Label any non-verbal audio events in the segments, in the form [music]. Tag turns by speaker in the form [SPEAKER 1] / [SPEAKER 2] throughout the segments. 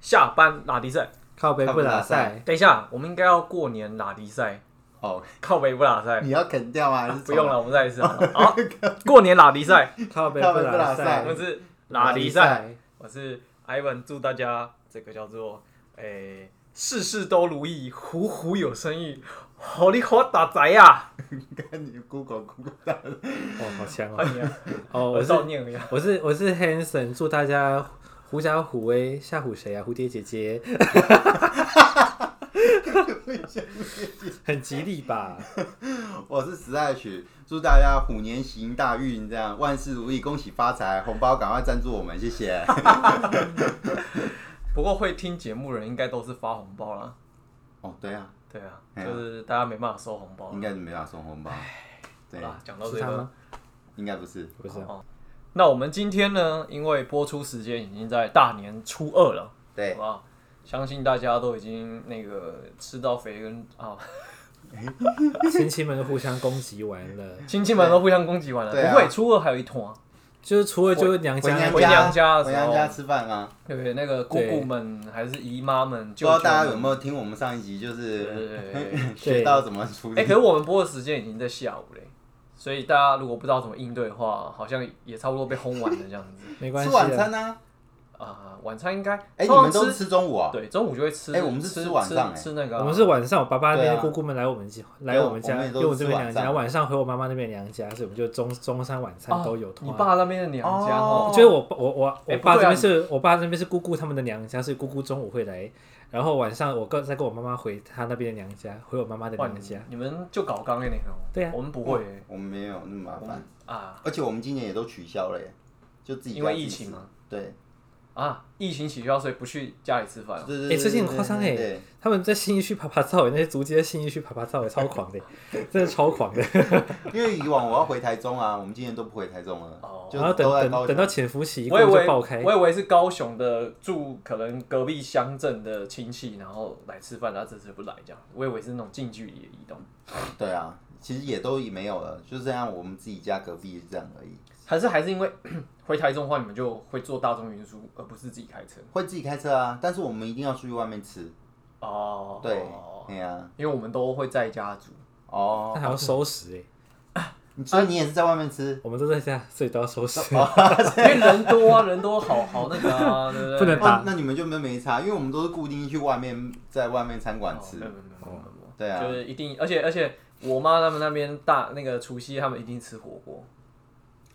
[SPEAKER 1] 下班拉迪赛。
[SPEAKER 2] 靠北不拉
[SPEAKER 3] 靠北
[SPEAKER 2] 塞，
[SPEAKER 1] 等一下，我们应该要过年拉迪赛，
[SPEAKER 3] 哦，
[SPEAKER 1] 靠北不拉赛。
[SPEAKER 3] 你要啃掉吗？还是
[SPEAKER 1] 啊不用了，我们再一次好了。好，过年拉迪赛，
[SPEAKER 2] 靠北
[SPEAKER 3] 靠
[SPEAKER 2] 不
[SPEAKER 3] 北不
[SPEAKER 2] 拉
[SPEAKER 3] 拉
[SPEAKER 1] 我
[SPEAKER 3] 塞
[SPEAKER 2] 塞
[SPEAKER 1] 们，是拉迪赛，，我是 Ivan，祝大家这个叫做诶、事事都如意，虎虎有生意，好利好打宅啊呀、
[SPEAKER 3] 跟你 Google Google 到底
[SPEAKER 2] 哦，好
[SPEAKER 1] 啊！
[SPEAKER 2] 强哦！
[SPEAKER 1] 欢迎、啊，
[SPEAKER 2] 哦，
[SPEAKER 1] 我
[SPEAKER 2] 我是
[SPEAKER 1] 照念而已啊。
[SPEAKER 2] 我是我是 Hanson，祝大家狐假虎威，吓唬谁啊？蝴蝶姐姐，很吉利吧？
[SPEAKER 3] 我是时代曲，祝大家虎年行大运，这样万事如意，恭喜发财，红包赶快赞助我们，
[SPEAKER 1] [laughs]
[SPEAKER 3] 谢谢。
[SPEAKER 1] 不过会听节目的人应该都是发红包啦。
[SPEAKER 3] 哦，对啊，
[SPEAKER 1] 对啊，
[SPEAKER 3] 哎呀
[SPEAKER 1] 就是大家没办法收红包
[SPEAKER 3] 应。该是没法送红包，对
[SPEAKER 1] 哦
[SPEAKER 3] 啊
[SPEAKER 1] 好，啦，讲到
[SPEAKER 2] 是
[SPEAKER 1] 这
[SPEAKER 2] 他
[SPEAKER 1] 个。哦
[SPEAKER 2] 吗？
[SPEAKER 3] 应该不是。
[SPEAKER 2] 不是，啊
[SPEAKER 1] 那我们今天呢，因为播出时间已经在大年初二了，好
[SPEAKER 3] 对，
[SPEAKER 1] 不好？相信大家都已经那个吃到肥跟 [laughs] 啊，
[SPEAKER 2] 亲戚们互相攻击完了，
[SPEAKER 1] 亲戚们都互相攻击完了。
[SPEAKER 3] 对啊
[SPEAKER 1] 不会，初二还有一团、
[SPEAKER 2] 就是除了就是娘
[SPEAKER 3] 回
[SPEAKER 2] 家
[SPEAKER 3] 娘
[SPEAKER 1] 回娘家的时候
[SPEAKER 3] 回娘家吃饭啊！
[SPEAKER 1] 对不对？那个姑姑们还是姨妈们，
[SPEAKER 3] 不
[SPEAKER 1] 舅舅
[SPEAKER 3] 知道
[SPEAKER 1] 们
[SPEAKER 3] 大家有没有听我们上一集，就
[SPEAKER 1] 对
[SPEAKER 3] 是嗯
[SPEAKER 1] 对对对对。
[SPEAKER 3] 学到怎么处
[SPEAKER 1] 呃哎、
[SPEAKER 3] 理
[SPEAKER 1] 可是我们播的时间已经在下午嘞，所以大家如果不知道怎么应对的话，好像也差不多被轰完了这样子 [laughs]
[SPEAKER 2] 没关
[SPEAKER 3] 吃
[SPEAKER 2] 系
[SPEAKER 3] 晚
[SPEAKER 2] 啊，
[SPEAKER 3] 餐啊！
[SPEAKER 1] 啊、晚餐应该
[SPEAKER 3] 哎，你
[SPEAKER 1] 通
[SPEAKER 3] 们
[SPEAKER 1] 常
[SPEAKER 3] 都是吃中午啊？
[SPEAKER 1] 对中午就会吃。
[SPEAKER 3] 哎我们是
[SPEAKER 1] 吃
[SPEAKER 3] 吃晚上哎
[SPEAKER 1] 吃吃那个啊、
[SPEAKER 2] 我们是晚上，我爸爸那
[SPEAKER 3] 对
[SPEAKER 2] 边
[SPEAKER 3] 啊
[SPEAKER 2] 姑姑们来我们家，
[SPEAKER 3] 对啊
[SPEAKER 2] 来我们
[SPEAKER 3] 我
[SPEAKER 2] 家，
[SPEAKER 3] 们也
[SPEAKER 2] 因
[SPEAKER 3] 都
[SPEAKER 2] 为我这边
[SPEAKER 3] 是
[SPEAKER 2] 娘
[SPEAKER 3] 吃
[SPEAKER 2] 家，
[SPEAKER 3] 晚上
[SPEAKER 2] 晚上回我妈妈那边娘家，所以我们就中中餐晚餐都有啊
[SPEAKER 1] 哦
[SPEAKER 2] 团。
[SPEAKER 1] 你爸那边的娘家
[SPEAKER 3] 哦
[SPEAKER 1] 哦，
[SPEAKER 2] 就是我我我
[SPEAKER 1] 哎
[SPEAKER 2] 我
[SPEAKER 1] 不
[SPEAKER 2] 爸这
[SPEAKER 1] 对啊
[SPEAKER 2] 边是、我爸这边是姑姑他们的娘家，所以姑姑中午会来，然后晚上我跟再跟我妈妈回她那边的娘家，回我妈妈的
[SPEAKER 1] 哇
[SPEAKER 2] 娘家。
[SPEAKER 1] 你们就搞刚那个哦。
[SPEAKER 2] 对啊
[SPEAKER 1] 我们不会欸，
[SPEAKER 3] 我们没有那么麻
[SPEAKER 1] 我
[SPEAKER 3] 烦
[SPEAKER 1] 们，啊
[SPEAKER 3] 而且我们今年也都取消了耶，就自己
[SPEAKER 1] 因为
[SPEAKER 3] 家自己
[SPEAKER 1] 疫情
[SPEAKER 3] 吃
[SPEAKER 1] 嘛。
[SPEAKER 3] 对，
[SPEAKER 1] 啊，疫情取消，所以不去家里吃饭
[SPEAKER 3] 对
[SPEAKER 1] 哦。
[SPEAKER 3] 对
[SPEAKER 2] 哎
[SPEAKER 3] 对，
[SPEAKER 2] 最近很夸张哎
[SPEAKER 3] 对对
[SPEAKER 2] 他们在新义区爬爬照，欸那些足迹在新义区爬爬照，欸超狂的，真的超狂的。
[SPEAKER 3] 因为以往我要回台中啊，我们今年都不回台中了
[SPEAKER 1] 哦，
[SPEAKER 3] 就
[SPEAKER 2] 然后等
[SPEAKER 3] 都在
[SPEAKER 2] 等
[SPEAKER 3] 高
[SPEAKER 2] 等
[SPEAKER 3] 雄啊
[SPEAKER 2] 到潜伏期一过
[SPEAKER 1] 我以为
[SPEAKER 2] 就爆开，
[SPEAKER 1] 我以为是高雄的住可能隔壁乡镇的亲戚，然后来吃饭，他这次不来这样。我以为是那种近距离的移动，
[SPEAKER 3] 对啊，其实也都没有了，就这样，我们自己家隔壁这样而已。
[SPEAKER 1] 还是还是因为 [clears throat] 回台中的话，你们就会坐大众运输，而不是自己开车
[SPEAKER 3] 会自己开车啊，但是我们一定要出去外面吃。
[SPEAKER 1] 哦
[SPEAKER 3] 对，对呀、
[SPEAKER 1] 因为我们都会在家煮，
[SPEAKER 3] 哦，
[SPEAKER 2] 那还要收拾哎、
[SPEAKER 3] 你所以你也是在外面吃？
[SPEAKER 2] 我们都在家，所以都要收拾。
[SPEAKER 1] [laughs] 哦因为人多啊，人多好好那个
[SPEAKER 2] [laughs]
[SPEAKER 1] 啊，对不对？
[SPEAKER 2] 不能
[SPEAKER 1] 哦
[SPEAKER 3] 哦，那你们就没没差，因为我们都是固定去外面，在外面餐馆吃
[SPEAKER 1] 哦
[SPEAKER 2] 哦
[SPEAKER 1] 没。有没有没有没有没有没有
[SPEAKER 3] 对啊
[SPEAKER 1] 就是一定，而且而且我妈他们那边大那个除夕，他们一定吃火锅，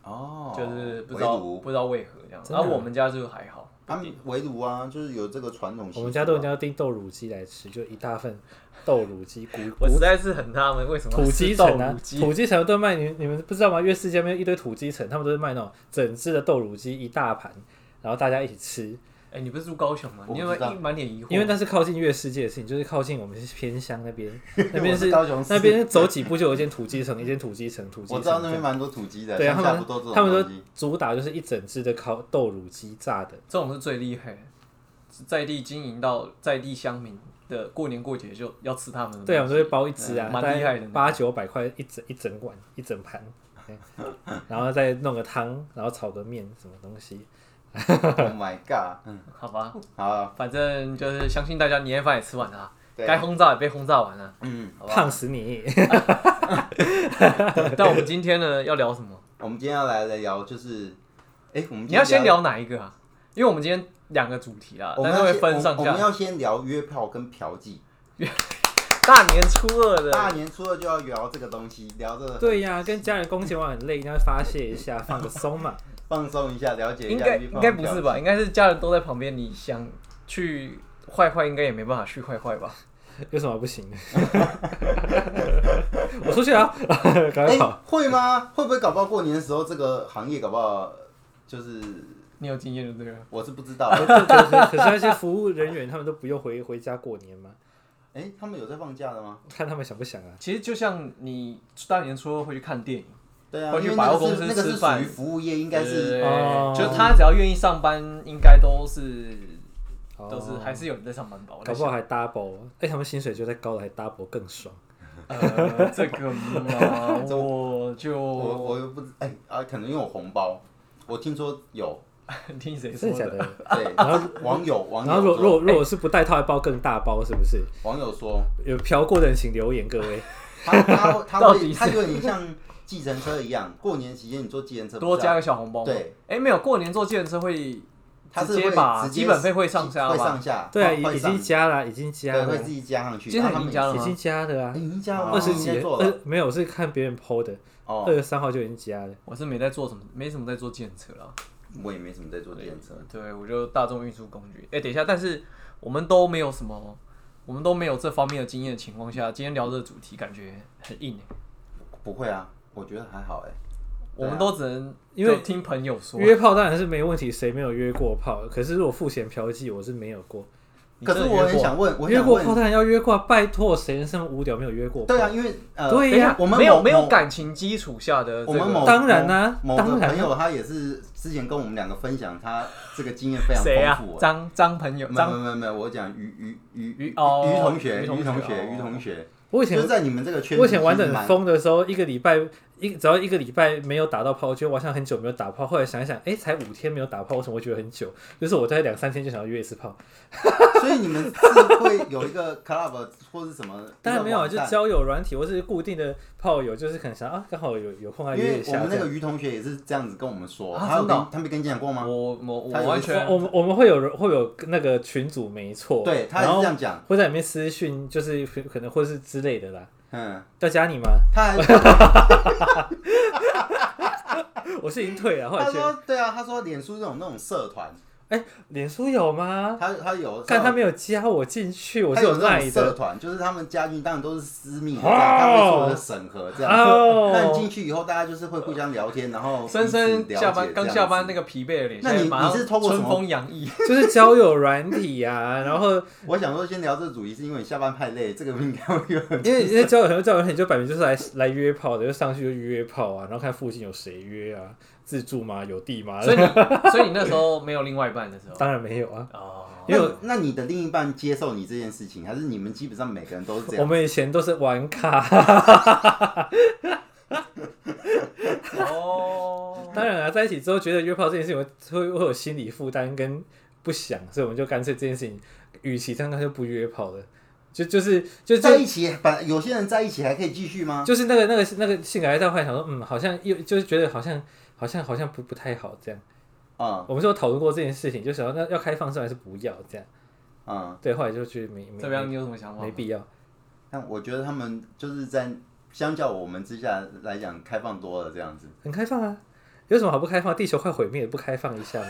[SPEAKER 3] 哦，
[SPEAKER 1] 就是不知
[SPEAKER 3] 围
[SPEAKER 1] 道
[SPEAKER 3] 炉，
[SPEAKER 1] 不知道为何这样。
[SPEAKER 2] 真
[SPEAKER 1] 然
[SPEAKER 2] 的
[SPEAKER 1] 后我们家就还好，
[SPEAKER 3] 他们围炉啊，就是有这个传统习俗啊。
[SPEAKER 2] [laughs] 我们家都人家订豆乳鸡来吃，就一大份豆
[SPEAKER 1] [laughs]
[SPEAKER 2] 乳鸡骨
[SPEAKER 1] 我实在是很纳闷，为什么
[SPEAKER 2] 土
[SPEAKER 1] 鸡
[SPEAKER 2] 鸡
[SPEAKER 1] 豆
[SPEAKER 2] 城啊
[SPEAKER 1] 乳，鸡
[SPEAKER 2] 土鸡城都卖你你们不知道吗？月世界那边一堆土鸡城，他们都是卖那种整只的豆乳鸡一大盘，然后大家一起吃。
[SPEAKER 1] 哎、你不是住高雄吗？
[SPEAKER 3] 我
[SPEAKER 1] 你有
[SPEAKER 3] 不
[SPEAKER 1] 没
[SPEAKER 3] 知道
[SPEAKER 1] 有一满脸疑惑？
[SPEAKER 2] 因为那是靠近月世界的事情，就是靠近我们是偏乡那
[SPEAKER 3] [laughs]
[SPEAKER 2] 边，那边
[SPEAKER 3] 我
[SPEAKER 2] 是
[SPEAKER 3] 是高雄市
[SPEAKER 2] 那边走几步就有一间土鸡城，一间土鸡城，土鸡城。
[SPEAKER 3] 我知道那边蛮多土鸡的，
[SPEAKER 2] 对啊，
[SPEAKER 3] 乡
[SPEAKER 2] 他
[SPEAKER 3] 下
[SPEAKER 2] 们
[SPEAKER 3] 不都这
[SPEAKER 2] 他们
[SPEAKER 3] 种
[SPEAKER 2] 都
[SPEAKER 3] 东西？
[SPEAKER 2] 主打就是一整只的烤豆乳鸡炸的，
[SPEAKER 1] 这种是最厉害的，在地经营到在地乡民的过年过节就要吃他们
[SPEAKER 3] 嗯
[SPEAKER 1] 的东西。
[SPEAKER 2] 对啊，我们都会包一只啊，
[SPEAKER 1] 蛮
[SPEAKER 2] 大
[SPEAKER 1] 厉
[SPEAKER 2] 概
[SPEAKER 1] 害的呢
[SPEAKER 2] 八九百块一整一整碗一整盘， [laughs] 对然后再弄个汤，然后炒个面什么东西。
[SPEAKER 1] [laughs]
[SPEAKER 3] [laughs] Oh my god！嗯，
[SPEAKER 1] 好吧，
[SPEAKER 3] 好啊，
[SPEAKER 1] 反正就是相信大家年夜饭也吃完了啊，
[SPEAKER 3] 对
[SPEAKER 1] 该轰炸也被轰炸完啊
[SPEAKER 3] [laughs]
[SPEAKER 1] 了，
[SPEAKER 3] 嗯，
[SPEAKER 1] 好吧？
[SPEAKER 2] 胖死你！
[SPEAKER 1] 但我们今天呢要聊什么？
[SPEAKER 3] 我们今天要来聊就是，哎，我们今天
[SPEAKER 1] 你要先聊哪一个啊？因为我们今天两个主题啦，
[SPEAKER 3] 我们
[SPEAKER 1] 但
[SPEAKER 3] 要
[SPEAKER 1] 是会
[SPEAKER 3] 先
[SPEAKER 1] 分上
[SPEAKER 3] 我们我们
[SPEAKER 1] 下。
[SPEAKER 3] 要先聊约炮跟嫖妓。
[SPEAKER 1] 大年初二的，
[SPEAKER 3] 大年初二就要聊这个东西，聊这个
[SPEAKER 2] 对呀、跟家人共情完很累，应该发泄一下，放个松嘛。
[SPEAKER 3] 放松一下，了解
[SPEAKER 1] 应
[SPEAKER 3] 一下。
[SPEAKER 1] 该
[SPEAKER 3] 预
[SPEAKER 1] 应
[SPEAKER 3] 防
[SPEAKER 1] 该不是吧？
[SPEAKER 3] 表
[SPEAKER 1] 应该是家人都在旁边，你想去坏坏，应该也没办法去坏坏吧？
[SPEAKER 2] 有什么不行的？ [laughs] 我出去啊， [laughs] 赶快
[SPEAKER 3] 情？哎、
[SPEAKER 2] 跑！
[SPEAKER 3] 会吗？会不会搞不好过年的时候这个行业搞不好就是
[SPEAKER 1] 你有经验就对了。
[SPEAKER 3] 我是
[SPEAKER 1] [laughs]
[SPEAKER 3] 不知道。
[SPEAKER 2] 可可可可是那些服务人员他们都不用回回家过年吗？
[SPEAKER 3] 哎、他们有在放假的吗？
[SPEAKER 2] 看他们想不想啊？
[SPEAKER 1] 其实就像你大年初二会去看电影，
[SPEAKER 3] 对啊，
[SPEAKER 1] 回去
[SPEAKER 3] 因为那
[SPEAKER 1] 百货
[SPEAKER 3] 个
[SPEAKER 1] 公
[SPEAKER 3] 是
[SPEAKER 1] 司
[SPEAKER 3] 那个
[SPEAKER 1] 吃
[SPEAKER 3] 是属
[SPEAKER 1] 饭
[SPEAKER 3] 于服务业，应该是
[SPEAKER 2] 哦
[SPEAKER 1] 就是他只要愿意上班，应该都是
[SPEAKER 2] 哦
[SPEAKER 1] 都是还是有人在上班吧？我在
[SPEAKER 2] 搞不好
[SPEAKER 1] 想，
[SPEAKER 2] 还 double，哎、他们薪水就在高了，还 double 更爽。
[SPEAKER 1] 呃，这个
[SPEAKER 3] [laughs]
[SPEAKER 1] 嘛，我就哦
[SPEAKER 3] 我我又不知哎、啊，可能因为我红包，我听说有
[SPEAKER 1] 听谁说
[SPEAKER 2] 真的假？的？
[SPEAKER 3] 对，
[SPEAKER 2] 然后
[SPEAKER 3] 网友网
[SPEAKER 2] 然后如
[SPEAKER 3] 友
[SPEAKER 2] 果如果
[SPEAKER 3] 说，
[SPEAKER 2] 如果是不带套，还包更大包，是不是？
[SPEAKER 3] 网友说，
[SPEAKER 2] 有嫖过的人请留言，各位。
[SPEAKER 3] 他
[SPEAKER 1] [laughs]
[SPEAKER 3] 他他
[SPEAKER 1] 到
[SPEAKER 3] 会
[SPEAKER 1] 底是
[SPEAKER 3] 他有点像计程车一样，过年期间你坐计程车不
[SPEAKER 1] 多
[SPEAKER 3] 是
[SPEAKER 1] 加
[SPEAKER 3] 啊，
[SPEAKER 1] 个小红包吗。
[SPEAKER 3] 对
[SPEAKER 1] 哎，没有，过年坐计程车会
[SPEAKER 3] 他
[SPEAKER 1] 直
[SPEAKER 3] 是
[SPEAKER 1] 接
[SPEAKER 3] 会
[SPEAKER 1] 把
[SPEAKER 3] 直接
[SPEAKER 1] 基本费会上下
[SPEAKER 3] 会
[SPEAKER 1] 吧
[SPEAKER 3] 上下，
[SPEAKER 2] 对啊，
[SPEAKER 3] 会
[SPEAKER 2] 已已
[SPEAKER 3] 上
[SPEAKER 2] 经加了，已经加
[SPEAKER 3] 对，会
[SPEAKER 2] 了
[SPEAKER 3] 自，己加上去，
[SPEAKER 1] 接下
[SPEAKER 3] 然
[SPEAKER 1] 来
[SPEAKER 3] 后他们
[SPEAKER 1] 已经加了
[SPEAKER 3] 也
[SPEAKER 2] 已
[SPEAKER 1] 吗
[SPEAKER 2] 经加了
[SPEAKER 3] 哎
[SPEAKER 2] 啊。
[SPEAKER 3] 已经加了吗，
[SPEAKER 2] 二十
[SPEAKER 3] 应
[SPEAKER 2] 几
[SPEAKER 3] 该
[SPEAKER 2] 了，
[SPEAKER 3] 做
[SPEAKER 2] 二
[SPEAKER 3] 了
[SPEAKER 2] 十没有，我是看别人 PO 的，
[SPEAKER 3] 哦
[SPEAKER 2] 二，十三号就已经加了。
[SPEAKER 1] 我是没在做什么，没什么在做计程车了。
[SPEAKER 3] 我也没什么在做计程车，
[SPEAKER 1] 对，我就大众运输工具。哎、等一下，但是我们都没有什么，我们都没有这方面的经验的情况下，今天聊这个主题感觉很硬、欸、
[SPEAKER 3] 不会啊，我觉得还好哎，
[SPEAKER 1] 我们都只能
[SPEAKER 2] 因为
[SPEAKER 1] 就听朋友说。
[SPEAKER 2] 约炮当然是没问题，谁没有约过炮？可是如果付钱嫖妓，我是没有过。
[SPEAKER 1] 你
[SPEAKER 3] 可
[SPEAKER 1] 真
[SPEAKER 3] 是
[SPEAKER 1] 的
[SPEAKER 3] 我
[SPEAKER 1] 约
[SPEAKER 3] 很
[SPEAKER 1] 过
[SPEAKER 3] 想问，我很
[SPEAKER 2] 约
[SPEAKER 3] 想
[SPEAKER 2] 过炮
[SPEAKER 3] 问，
[SPEAKER 2] 当然要约过啊，拜托，谁人生无聊没有约过？
[SPEAKER 3] 对啊，，因为呃，
[SPEAKER 2] 对
[SPEAKER 1] 等一下
[SPEAKER 2] 呀，
[SPEAKER 3] 我们
[SPEAKER 1] 没有
[SPEAKER 3] 某
[SPEAKER 1] 没有
[SPEAKER 3] 某
[SPEAKER 1] 感情基础下的、这
[SPEAKER 3] 我
[SPEAKER 1] 个啊
[SPEAKER 3] 们某
[SPEAKER 2] 当然啦
[SPEAKER 3] 某
[SPEAKER 2] 当
[SPEAKER 3] 某个
[SPEAKER 2] 然
[SPEAKER 3] 朋友他也是之前跟我们两个分享，他这个经验非常
[SPEAKER 1] 谁啊
[SPEAKER 3] 丰？富。哎
[SPEAKER 1] 张张朋友
[SPEAKER 3] 没有
[SPEAKER 1] 张
[SPEAKER 3] 没有没有，我讲于于于于
[SPEAKER 1] 于哦
[SPEAKER 3] 于同学，于
[SPEAKER 1] 于同学
[SPEAKER 3] 同学，
[SPEAKER 1] 哦
[SPEAKER 3] 于同学，
[SPEAKER 2] 我以前
[SPEAKER 3] 就是在你们这个圈子，
[SPEAKER 2] 我以前玩的
[SPEAKER 3] 其实
[SPEAKER 2] 很，
[SPEAKER 3] 蛮
[SPEAKER 2] 疯的时候，一个礼拜一只要一个礼拜没有打到炮，我觉得我好像很久没有打炮。后来想一想，哎、才五天没有打炮，为什么会觉得很久？就是我在两三天就想要约一次炮。
[SPEAKER 3] 所以你们是会有一个 club 或是什
[SPEAKER 2] [laughs]
[SPEAKER 3] 么？
[SPEAKER 2] 当然没有啊，
[SPEAKER 3] 一
[SPEAKER 2] 就
[SPEAKER 3] 个网站
[SPEAKER 2] 交友软体或是固定的炮友，就是可能想啊，刚好有有空来啊
[SPEAKER 3] 因
[SPEAKER 2] 约
[SPEAKER 3] 为
[SPEAKER 2] 一
[SPEAKER 3] 我
[SPEAKER 2] 下
[SPEAKER 3] 们
[SPEAKER 2] 这
[SPEAKER 3] 那个
[SPEAKER 2] 样。
[SPEAKER 3] 于同学也是这样子跟我们说，
[SPEAKER 1] 啊
[SPEAKER 3] 他有
[SPEAKER 1] 真的
[SPEAKER 3] 跟
[SPEAKER 1] 哦
[SPEAKER 3] 他没跟你讲过吗？
[SPEAKER 1] 我我我
[SPEAKER 3] 他有哦
[SPEAKER 1] 完
[SPEAKER 3] 一次
[SPEAKER 1] 全
[SPEAKER 2] 啊我们我们会有会有那个群组没错，
[SPEAKER 3] 啊对他也
[SPEAKER 2] 然
[SPEAKER 3] 是
[SPEAKER 2] 后
[SPEAKER 3] 这样讲，
[SPEAKER 2] 会在里面私讯，就是可能或是之类的啦。 [laughs]
[SPEAKER 3] 嗯，
[SPEAKER 2] 要加你吗？
[SPEAKER 3] 他还
[SPEAKER 2] 我是已经退了，后来
[SPEAKER 3] 他
[SPEAKER 2] 觉得
[SPEAKER 3] 说对啊，他说脸书这种那种社团，
[SPEAKER 2] 脸书有吗？
[SPEAKER 3] 他他有
[SPEAKER 2] 看他没有加我进去，我
[SPEAKER 3] 他
[SPEAKER 2] 是
[SPEAKER 3] 有那
[SPEAKER 2] 赖
[SPEAKER 3] 种
[SPEAKER 2] 的。
[SPEAKER 3] 社团，就是他们家军当然都是私密的，这
[SPEAKER 2] 哦
[SPEAKER 3] 样他会做的审核这样。
[SPEAKER 2] 哦
[SPEAKER 3] 那你进去以后，大家就是会互相聊天，然后
[SPEAKER 1] 深深下班刚下班那
[SPEAKER 3] 个，
[SPEAKER 1] 个疲惫的脸，
[SPEAKER 3] 那你
[SPEAKER 1] 现在马上
[SPEAKER 3] 你是透过什
[SPEAKER 1] 春
[SPEAKER 3] 么
[SPEAKER 1] 风洋
[SPEAKER 3] [laughs]
[SPEAKER 1] 溢？
[SPEAKER 2] 就是交友软体啊，然后
[SPEAKER 3] 我想说先聊这主题，是因为你下班太累，这个应该会有很
[SPEAKER 2] 因为因为交友交友软体就摆明就是来来约炮的，就上去就约炮啊，然后看附近有谁约啊，自助吗？有地吗？
[SPEAKER 1] 所以你所以你那时候没有另外一半的时候
[SPEAKER 2] 当然 [laughs] 没有啊，
[SPEAKER 1] 哦，
[SPEAKER 2] 因为
[SPEAKER 3] 那
[SPEAKER 2] 我
[SPEAKER 3] 那你的另一半接受你这件事情，还是你们基本上每个人都是这
[SPEAKER 2] 我
[SPEAKER 3] 样？
[SPEAKER 2] 们以前都是玩卡，
[SPEAKER 1] 哦，
[SPEAKER 2] 当然啊，在一起之后觉得约炮这件事情会会有心理负担跟不想，所以我们就干脆这件事情，与其这样干脆不约炮了，就就是就
[SPEAKER 3] 在
[SPEAKER 2] 就
[SPEAKER 3] 一起，反有些人在一起还可以继续吗？
[SPEAKER 2] 就是那个那个那个性格还在幻想说，嗯，好像又就是觉得好像好像好像不不太好这样，
[SPEAKER 3] 啊
[SPEAKER 2] 我们就有讨论过这件事情，就想要那要开放式还是不要这样。
[SPEAKER 3] 啊！
[SPEAKER 2] 对，后来就觉得没没
[SPEAKER 1] 这边
[SPEAKER 2] 没
[SPEAKER 1] 你有什么想法吗？
[SPEAKER 2] 没必要。
[SPEAKER 3] 但我觉得他们就是在相较我们之下来讲，开放多了这样子。
[SPEAKER 2] 很开放啊，有什么好不开放？地球快毁灭，不开放一下吗？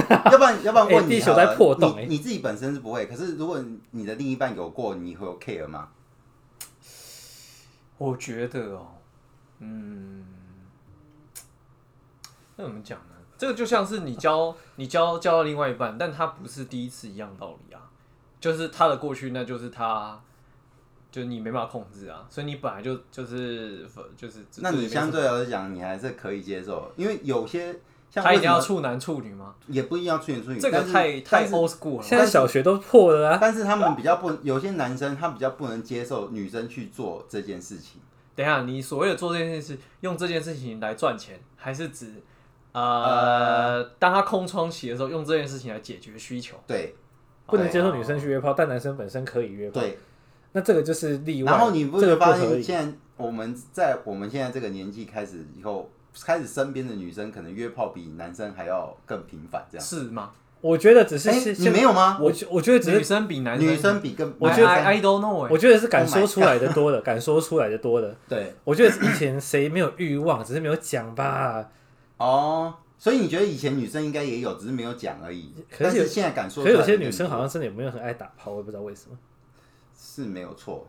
[SPEAKER 3] [laughs] 要不然，要不然问你
[SPEAKER 2] 哎地球
[SPEAKER 3] 好了
[SPEAKER 2] 在破洞哎
[SPEAKER 3] 你你自己本身是不会，可是如果你的另一半有过，你会有 care 吗？
[SPEAKER 1] 我觉得哦，嗯，那怎么讲呢？这个就像是你交 [laughs] 你交交到另外一半，但他不是第一次一样道理啊，就是他的过去，那就是他，就是你没办法控制啊，所以你本来就就是就是，
[SPEAKER 3] 那你相对
[SPEAKER 1] 就是
[SPEAKER 3] 而讲，你还是可以接受，因为有
[SPEAKER 1] 没
[SPEAKER 3] 些
[SPEAKER 1] 什么
[SPEAKER 3] 像
[SPEAKER 1] 他一
[SPEAKER 3] 为
[SPEAKER 1] 定
[SPEAKER 3] 什
[SPEAKER 1] 要
[SPEAKER 3] 么
[SPEAKER 1] 处男处女吗？
[SPEAKER 3] 也不一定要处女处女，
[SPEAKER 1] 这个
[SPEAKER 3] 但是
[SPEAKER 1] 太太
[SPEAKER 3] 但是
[SPEAKER 1] old school 了
[SPEAKER 2] 现在小学都破了啊，
[SPEAKER 3] 但是他们比较不，有些男生他比较不能接受女生去做这件事情。
[SPEAKER 1] 等一下，你所谓的做这件事，用这件事情来赚钱，还是指呃，
[SPEAKER 3] 呃
[SPEAKER 1] 当他空窗期的时候，用这件事情来解决需求？
[SPEAKER 3] 对
[SPEAKER 2] 不能接受女生去约炮，但男生本身可以约炮。
[SPEAKER 3] 对，
[SPEAKER 2] 那这个就是例外。
[SPEAKER 3] 然后你不
[SPEAKER 2] 这
[SPEAKER 3] 会
[SPEAKER 2] 个不
[SPEAKER 3] 发
[SPEAKER 2] 合
[SPEAKER 3] 现
[SPEAKER 2] 理。
[SPEAKER 3] 现在我们在我们现在这个年纪开始以后，开始身边的女生可能约炮比男生还要更频繁，这样。
[SPEAKER 1] 是吗？
[SPEAKER 2] 我觉得只是
[SPEAKER 3] 哎、
[SPEAKER 2] 现
[SPEAKER 3] 你没有吗？
[SPEAKER 2] 我觉我觉得只
[SPEAKER 1] 女
[SPEAKER 2] 是，
[SPEAKER 1] 生比男
[SPEAKER 3] 女生比更，
[SPEAKER 1] 我
[SPEAKER 2] 我
[SPEAKER 1] 觉
[SPEAKER 2] 觉
[SPEAKER 1] 得
[SPEAKER 2] 得
[SPEAKER 1] I, I don't know 哎、
[SPEAKER 2] 我觉得是敢
[SPEAKER 3] Oh my
[SPEAKER 2] 说出来的多了， [laughs] 敢说出来的多了。
[SPEAKER 3] 对
[SPEAKER 2] 我觉得以前谁没有欲望，只是没有讲吧。
[SPEAKER 3] 哦，所以你觉得以前女生应该也有，只是没有讲而已。
[SPEAKER 2] 可
[SPEAKER 3] 但
[SPEAKER 2] 是有
[SPEAKER 3] 是现在敢说
[SPEAKER 2] 可
[SPEAKER 3] 出来
[SPEAKER 2] 是有
[SPEAKER 3] 的更多，
[SPEAKER 2] 些女生好像真的也没有很爱打炮，我也不知道为什么。
[SPEAKER 3] 是没有错，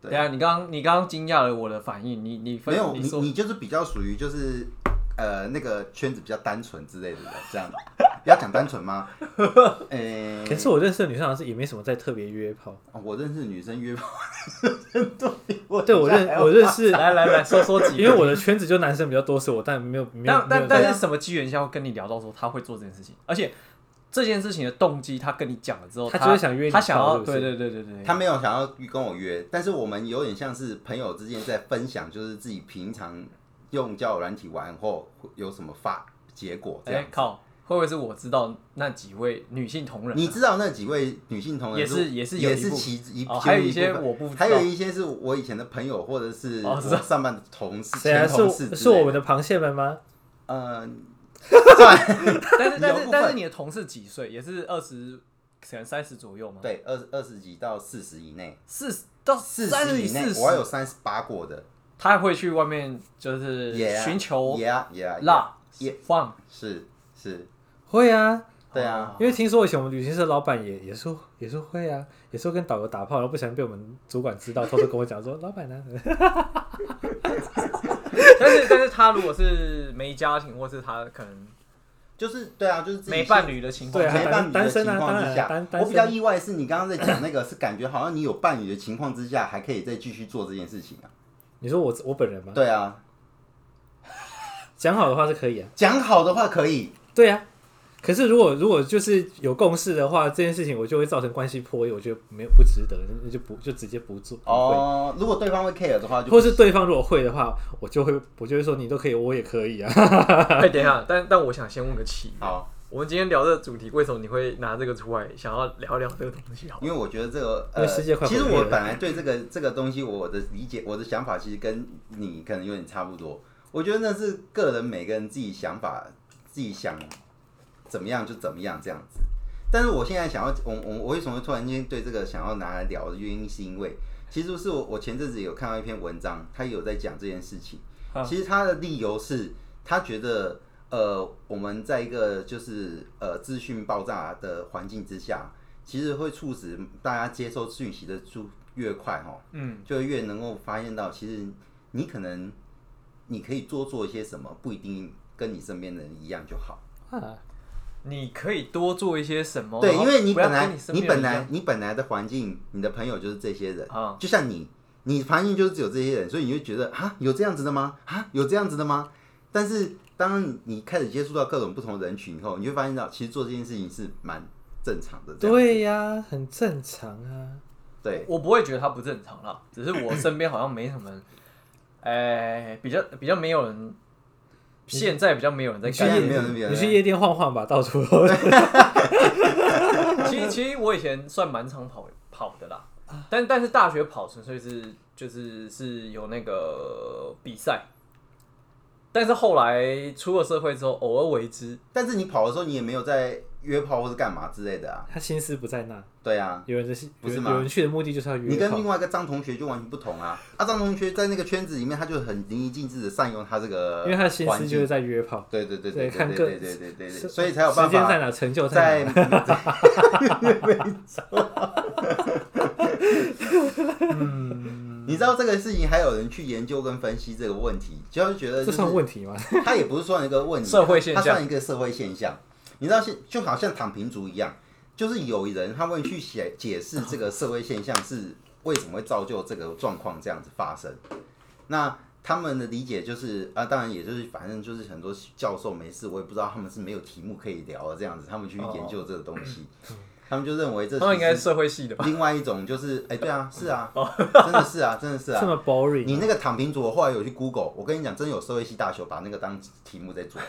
[SPEAKER 3] 对
[SPEAKER 1] 等一下，你刚刚你刚刚惊讶了我的反应，你你分
[SPEAKER 3] 没有
[SPEAKER 1] 你
[SPEAKER 3] 你
[SPEAKER 1] 说
[SPEAKER 3] 你就是比较属于就是呃那个圈子比较单纯之类的人，这样 [laughs] 要讲单
[SPEAKER 2] [laughs]
[SPEAKER 3] 纯吗？呃、
[SPEAKER 2] 可是我认识的女生好像是也没什么在特别约
[SPEAKER 3] [laughs]
[SPEAKER 2] 炮。
[SPEAKER 3] 哦我认识女生约炮，
[SPEAKER 2] 对我
[SPEAKER 3] 哎
[SPEAKER 2] 认
[SPEAKER 3] [laughs]
[SPEAKER 2] 我认识，
[SPEAKER 1] [laughs] 来来来说说几个，
[SPEAKER 2] 因为我的圈子就男生比较多，所以我但没有没有
[SPEAKER 1] 但但
[SPEAKER 2] 没有在啊
[SPEAKER 1] 但是什么机缘下会跟你聊到说他会做这件事情，而且这件事情的动机，他跟你讲了之后，
[SPEAKER 2] 他
[SPEAKER 1] 他
[SPEAKER 2] 就是想约你
[SPEAKER 1] 他想要
[SPEAKER 2] 是不
[SPEAKER 1] 对
[SPEAKER 2] 是
[SPEAKER 1] 对对对对，
[SPEAKER 3] 她没有想要跟我约，但是我们有点像是朋友之间在分享，就是自己平常用交友软体玩后有什么发结果这
[SPEAKER 1] 哎、
[SPEAKER 3] 样。
[SPEAKER 1] 靠，会不会是我知道那几位女性同 [laughs] 仁啊、
[SPEAKER 3] 你知道那几位女性同仁
[SPEAKER 1] 也是也是有
[SPEAKER 3] 也
[SPEAKER 1] 一
[SPEAKER 3] 是
[SPEAKER 1] 部
[SPEAKER 3] 其一，
[SPEAKER 1] 哦
[SPEAKER 3] 其
[SPEAKER 1] 还有
[SPEAKER 3] 中
[SPEAKER 1] 一些
[SPEAKER 3] 部分
[SPEAKER 1] 我不知道
[SPEAKER 3] 还有一些是我以前的朋友或者是
[SPEAKER 1] 哦
[SPEAKER 3] 我
[SPEAKER 1] 知道
[SPEAKER 3] 上班的同事，
[SPEAKER 2] 谁啊？
[SPEAKER 3] 前
[SPEAKER 2] 是
[SPEAKER 3] 同
[SPEAKER 2] 我
[SPEAKER 3] 事之类
[SPEAKER 2] 是我们的螃蟹们吗？
[SPEAKER 3] 呃，算
[SPEAKER 1] 但是但
[SPEAKER 3] 有
[SPEAKER 1] 是
[SPEAKER 3] 部分
[SPEAKER 1] 但是你的同事几岁？也是二十，可能三十左右吗？，
[SPEAKER 3] 对二十二十几到四十以内，
[SPEAKER 1] 四十到
[SPEAKER 3] 四
[SPEAKER 1] 三
[SPEAKER 3] 十
[SPEAKER 1] 十
[SPEAKER 3] 以内
[SPEAKER 1] 四，十
[SPEAKER 3] 我，还有三十八过的，
[SPEAKER 1] 他会去外面就是
[SPEAKER 3] 也
[SPEAKER 1] 呃寻求
[SPEAKER 3] 也啊也啊
[SPEAKER 1] 辣
[SPEAKER 3] 也
[SPEAKER 1] 放哦
[SPEAKER 3] 是是，
[SPEAKER 2] 会啊，
[SPEAKER 3] 对啊，
[SPEAKER 2] 因为听说以前我们旅行社老板也也说也说会啊，也说跟导游打炮，然后不小心被我们主管知道，偷偷跟我讲说老板啊呢、
[SPEAKER 1] 但是但 [laughs] 是他如果是没家庭，或是他可能
[SPEAKER 3] 就是对啊，就是自己
[SPEAKER 1] 没
[SPEAKER 3] 先
[SPEAKER 1] 伴侣的情况
[SPEAKER 2] 对啊
[SPEAKER 1] 下，
[SPEAKER 3] 没伴侣
[SPEAKER 2] 单单
[SPEAKER 3] 的情况之
[SPEAKER 2] 身啊当然
[SPEAKER 3] 下
[SPEAKER 2] 单，单身
[SPEAKER 3] 我比较意外的是你刚刚在讲那个，是感觉好像你有伴侣的情况之下，还可以再继续做这件事情啊。
[SPEAKER 2] [laughs] 你说我我本人
[SPEAKER 1] 嗯
[SPEAKER 2] 吗？
[SPEAKER 3] 对啊，
[SPEAKER 2] 讲好的话是可以啊，
[SPEAKER 3] 讲好的话可以，
[SPEAKER 2] 对啊。可是如果如果就是有共识的话，这件事情我就会造成关系破裂，我觉得没有不值得，那那就不就直接不做。不会，
[SPEAKER 3] 哦，如果对方会 care 的话就，
[SPEAKER 2] 或是对方如果会的话，我就会我就会说你都可以，我也可以啊。 [laughs]
[SPEAKER 1] 哎，等一下，但但我想先问个起源，
[SPEAKER 3] 好，
[SPEAKER 1] 我们今天聊这个主题，为什么你会拿这个出来，想要聊聊这个东西？好了，
[SPEAKER 3] 因为我觉得这个
[SPEAKER 2] 因
[SPEAKER 3] 呃，
[SPEAKER 2] 为世界快
[SPEAKER 3] 其实
[SPEAKER 2] 毁灭
[SPEAKER 3] 我
[SPEAKER 2] 了
[SPEAKER 3] 本来对这个 [laughs] 这个东西我的理解我的想法其实跟你可能有点差不多，我觉得那是个人每个人自己想法，自己想怎么样就怎么样这样子。但是我现在想要，我我我为什么突然间对这个想要拿来聊的原因，是因为其实是我我前阵子有看到一篇文章，他有在讲这件事情。
[SPEAKER 2] 啊
[SPEAKER 3] 其实他的理由是，他觉得呃，我们在一个就是呃资讯爆炸的环境之下，其实会促使大家接收讯息的速越快哈，
[SPEAKER 1] 嗯，
[SPEAKER 3] 就越能够发现到，其实你可能你可以多做一些什么，不一定跟你身边的人一样就好。
[SPEAKER 2] 啊，
[SPEAKER 1] 你可以多做一些什么？
[SPEAKER 3] 对，
[SPEAKER 1] 然后
[SPEAKER 3] 因为你
[SPEAKER 1] 哦不要
[SPEAKER 3] 本
[SPEAKER 1] 跟
[SPEAKER 3] 来
[SPEAKER 1] 你身
[SPEAKER 3] 你
[SPEAKER 1] 边人
[SPEAKER 3] 本
[SPEAKER 1] 一
[SPEAKER 3] 来
[SPEAKER 1] 样
[SPEAKER 3] 你本来的环境，你的朋友就是这些人
[SPEAKER 1] 啊，
[SPEAKER 3] 就像你，你环境就是只有这些人，所以你就觉得啊，有这样子的吗？啊，有这样子的吗？但是当你开始接触到各种不同人群以后，你会发现到其实做这件事情是蛮正常的。这样
[SPEAKER 2] 对呀、很正常啊。
[SPEAKER 3] 对，
[SPEAKER 1] 我不会觉得他不正常啦，只是我身边好像没什么人，哎、比较比较没有人，现在比较没有人在
[SPEAKER 3] 现在
[SPEAKER 1] 干。
[SPEAKER 3] 没有那边
[SPEAKER 2] 你去
[SPEAKER 3] 人。
[SPEAKER 2] 夜店晃晃吧，到处都是。 [laughs]
[SPEAKER 1] [laughs] 其实其实我以前算蛮常跑跑的啦，
[SPEAKER 3] 啊
[SPEAKER 1] 但但是大学跑纯粹是就是是有那个比赛，但是后来出了社会之后，偶尔为之，
[SPEAKER 3] 但是你跑的时候，你也没有在约炮或是干嘛之类的啊。
[SPEAKER 2] 他心思不在那，
[SPEAKER 3] 对啊，
[SPEAKER 2] 有人的心，
[SPEAKER 3] 不
[SPEAKER 2] 有
[SPEAKER 3] 是
[SPEAKER 2] 人
[SPEAKER 3] 吗
[SPEAKER 2] 有人去的目的就是要约
[SPEAKER 3] 你跟
[SPEAKER 2] 炮
[SPEAKER 3] 另外一个张同学就完全不同啊。啊，张同学在那个圈子里面，他就很淋漓尽致的善用他这个环境，
[SPEAKER 2] 因为他的心思就是在约炮。
[SPEAKER 3] 对对对
[SPEAKER 2] 对
[SPEAKER 3] 对
[SPEAKER 2] 看
[SPEAKER 3] 对
[SPEAKER 2] 个
[SPEAKER 3] 对对对对对，
[SPEAKER 2] 是
[SPEAKER 3] 所以才有办
[SPEAKER 2] 时间在
[SPEAKER 3] 法
[SPEAKER 2] 哪，成就在
[SPEAKER 3] 在
[SPEAKER 2] 哪。
[SPEAKER 3] 你知道这个事情，还有人去研究跟分析这个问题，就是觉得
[SPEAKER 2] 这
[SPEAKER 3] 就
[SPEAKER 2] 算
[SPEAKER 3] 是
[SPEAKER 2] 问题吗？
[SPEAKER 3] [laughs] 它也不是算一个问题，
[SPEAKER 1] 社会现
[SPEAKER 3] 它
[SPEAKER 1] 象
[SPEAKER 3] 算一个社会现象。你知道现就好像躺平族一样，就是有人他会去解解释这个社会现象是为什么会造就这个状况这样子发生。那他们的理解就是啊，当然也就是反正就是很多教授没事，我也不知道他们是没有题目可以聊的这样子，他们去研究这个东西，他们就认为这
[SPEAKER 1] 哦他们
[SPEAKER 3] 其
[SPEAKER 1] 应
[SPEAKER 3] 实
[SPEAKER 1] 该是社会系的吧？哦
[SPEAKER 3] 另外一种就是，哎、对啊，是啊，真的是啊，真的是
[SPEAKER 2] 这
[SPEAKER 3] 啊。
[SPEAKER 2] 么 boring？
[SPEAKER 3] 你那个躺平族，我后来有去 Google，我跟你讲，真有社会系大学把那个当题目在做，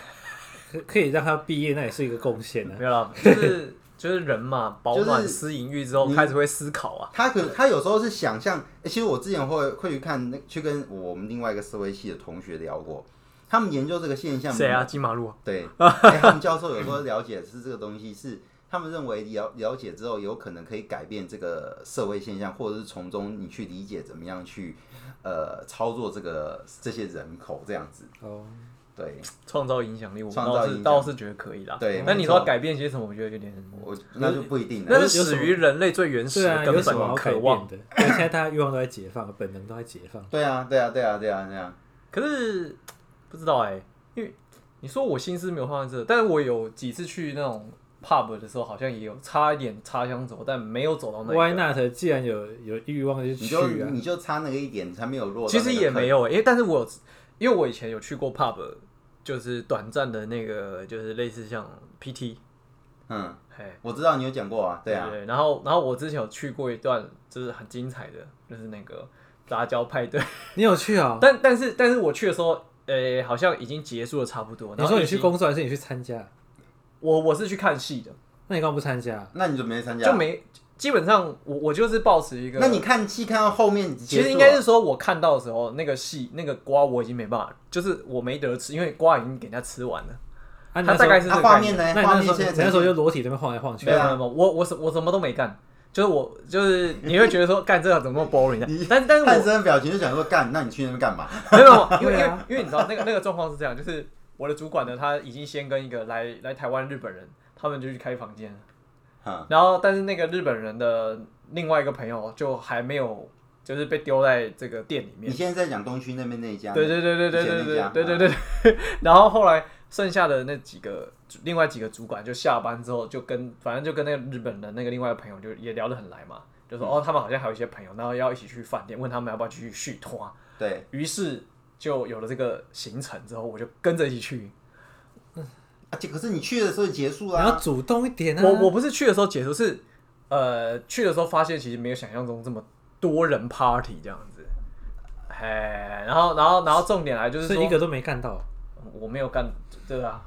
[SPEAKER 2] 可可以让他毕业，那也是一个贡献啊。
[SPEAKER 1] 没有啦，就是就是人嘛，饱
[SPEAKER 3] 就是
[SPEAKER 1] 暖思淫欲之后
[SPEAKER 3] 你
[SPEAKER 1] 开始会思考啊。
[SPEAKER 3] 他可他有时候是想象、欸其实我之前会会去看那去跟我们另外一个社会系的同学聊过，他们研究这个现象。
[SPEAKER 1] 谁啊？？金马路啊？ [laughs]
[SPEAKER 3] 对，欸他们教授有时候了解是这个东西是。他们认为了了解之后，有可能可以改变这个社会现象，或者是从中你去理解怎么样去，呃，操作这个这些人口这样子。
[SPEAKER 2] 哦，
[SPEAKER 3] 对，
[SPEAKER 1] 创造影响力，我
[SPEAKER 3] 创造
[SPEAKER 1] 倒
[SPEAKER 3] 影
[SPEAKER 1] 是
[SPEAKER 3] 响
[SPEAKER 1] 倒是觉得可以啦。
[SPEAKER 3] 对
[SPEAKER 1] 但
[SPEAKER 3] 没
[SPEAKER 1] 你说
[SPEAKER 3] 错
[SPEAKER 1] 要改变些什么，我觉得有点，
[SPEAKER 3] 我那就不一定了。
[SPEAKER 1] 那
[SPEAKER 2] 有
[SPEAKER 1] 是
[SPEAKER 2] 有什
[SPEAKER 1] 始
[SPEAKER 2] 么
[SPEAKER 1] 于人类最原始
[SPEAKER 2] 对
[SPEAKER 1] 的
[SPEAKER 2] 啊，
[SPEAKER 1] 根
[SPEAKER 2] 有
[SPEAKER 1] 本
[SPEAKER 2] 什么好改
[SPEAKER 1] 渴
[SPEAKER 2] 变
[SPEAKER 1] 望。
[SPEAKER 2] 的？因为现在大家欲望都在解放，本能都在解放。
[SPEAKER 3] 对啊，对啊，对啊，对啊，对啊。
[SPEAKER 1] 可是不知道哎、因为你说我心思没有放在这，但是我有几次去那种 pub 的时候，好像也有差一点擦枪走，但没有走到那
[SPEAKER 2] Why
[SPEAKER 1] 一个。
[SPEAKER 2] not？既然有有欲望就
[SPEAKER 3] 你
[SPEAKER 2] 去
[SPEAKER 3] 就
[SPEAKER 2] 啊。
[SPEAKER 3] 你就差那个一点，才没有落到那
[SPEAKER 1] 其
[SPEAKER 3] 个坑。
[SPEAKER 1] 实也没有哎、因为但是我有因为我以前有去过 pub，就是短暂的那个，就是类似像 PT，
[SPEAKER 3] 嗯，
[SPEAKER 1] 哎，
[SPEAKER 3] 我知道你有讲过啊，对啊，
[SPEAKER 1] 对，然后然后我之前有去过一段，就是很精彩的，就是那个杂交派对。 [laughs]
[SPEAKER 2] 你有去啊？
[SPEAKER 1] 但但是但是我去的时候，呃、好像已经结束的差不多。
[SPEAKER 2] 你
[SPEAKER 1] 然
[SPEAKER 2] 说
[SPEAKER 1] 后
[SPEAKER 2] 你
[SPEAKER 1] 已
[SPEAKER 2] 去
[SPEAKER 1] 经
[SPEAKER 2] 工作还是你去参加？
[SPEAKER 1] 我我是去看戏的，
[SPEAKER 2] 那你刚刚不参加？啊
[SPEAKER 3] 那你怎么没参加？
[SPEAKER 1] 就没基本上我我就是保持一个，
[SPEAKER 3] 那你看戏看到后面
[SPEAKER 1] 其
[SPEAKER 3] 结束啊，
[SPEAKER 1] 实应该是说我看到的时候，那个戏那个瓜我已经没办法，就是我没得吃，因为瓜已经给人家吃完了。
[SPEAKER 2] 啊，你
[SPEAKER 1] 他
[SPEAKER 2] 那时
[SPEAKER 1] 大
[SPEAKER 2] 候
[SPEAKER 1] 概是这
[SPEAKER 3] 啊
[SPEAKER 1] 个
[SPEAKER 3] 画
[SPEAKER 1] 概
[SPEAKER 3] 面
[SPEAKER 1] 念。
[SPEAKER 3] 呢？
[SPEAKER 2] 那你
[SPEAKER 3] 画
[SPEAKER 2] 那
[SPEAKER 3] 面
[SPEAKER 2] 时候
[SPEAKER 3] 现在
[SPEAKER 2] 你
[SPEAKER 3] 呈
[SPEAKER 2] 那时候
[SPEAKER 3] 现
[SPEAKER 2] 就裸体在那边晃来晃去
[SPEAKER 1] 没
[SPEAKER 3] 对
[SPEAKER 1] 有
[SPEAKER 3] 啊
[SPEAKER 1] 没有没有，我我什我什么都没干，就是我就是你会觉得说干这个怎么那么 boring
[SPEAKER 3] [laughs]
[SPEAKER 1] 呢？但但是我
[SPEAKER 3] 看生表情就想说干，那你去那边干嘛？
[SPEAKER 1] 没有，没
[SPEAKER 3] [laughs]
[SPEAKER 1] 有因为因
[SPEAKER 2] 对
[SPEAKER 1] 为
[SPEAKER 2] 啊
[SPEAKER 1] 因为你知道那个那个状况是这样，就是我的主管呢，他已经先跟一个来来台湾日本人，他们就去开房间，
[SPEAKER 3] 嗯
[SPEAKER 1] 然后但是那个日本人的另外一个朋友就还没有，就是被丢在这个店里
[SPEAKER 3] 你
[SPEAKER 1] 面。
[SPEAKER 3] 现在在讲东区那边那一家，
[SPEAKER 1] 对对对对对
[SPEAKER 3] 以前
[SPEAKER 1] 对
[SPEAKER 3] 那家
[SPEAKER 1] 对对对对
[SPEAKER 2] 嗯
[SPEAKER 1] 对。 [laughs] 然后后来剩下的那几个另外几个主管就下班之后就跟反正就跟那个日本的那个另外的朋友就也聊得很来嘛，就
[SPEAKER 2] 嗯
[SPEAKER 1] 说哦他们好像还有一些朋友，然后要一起去饭店，问他们要不要去续托。
[SPEAKER 3] 对，
[SPEAKER 1] 于是就有了这个行程之后，我就跟着一起去。
[SPEAKER 3] 啊，这可是你去的时候就结束啊
[SPEAKER 2] 你要
[SPEAKER 3] 啦，
[SPEAKER 2] 主动一点啊！
[SPEAKER 1] 我我不是去的时候解除是，呃，去的时候发现其实没有想象中这么多人 party 这样子。哎，然后然后然后重点来就是
[SPEAKER 2] 是
[SPEAKER 1] 说，
[SPEAKER 2] 一个都没干到，
[SPEAKER 1] 我没有干，对
[SPEAKER 3] [laughs]
[SPEAKER 1] 啊，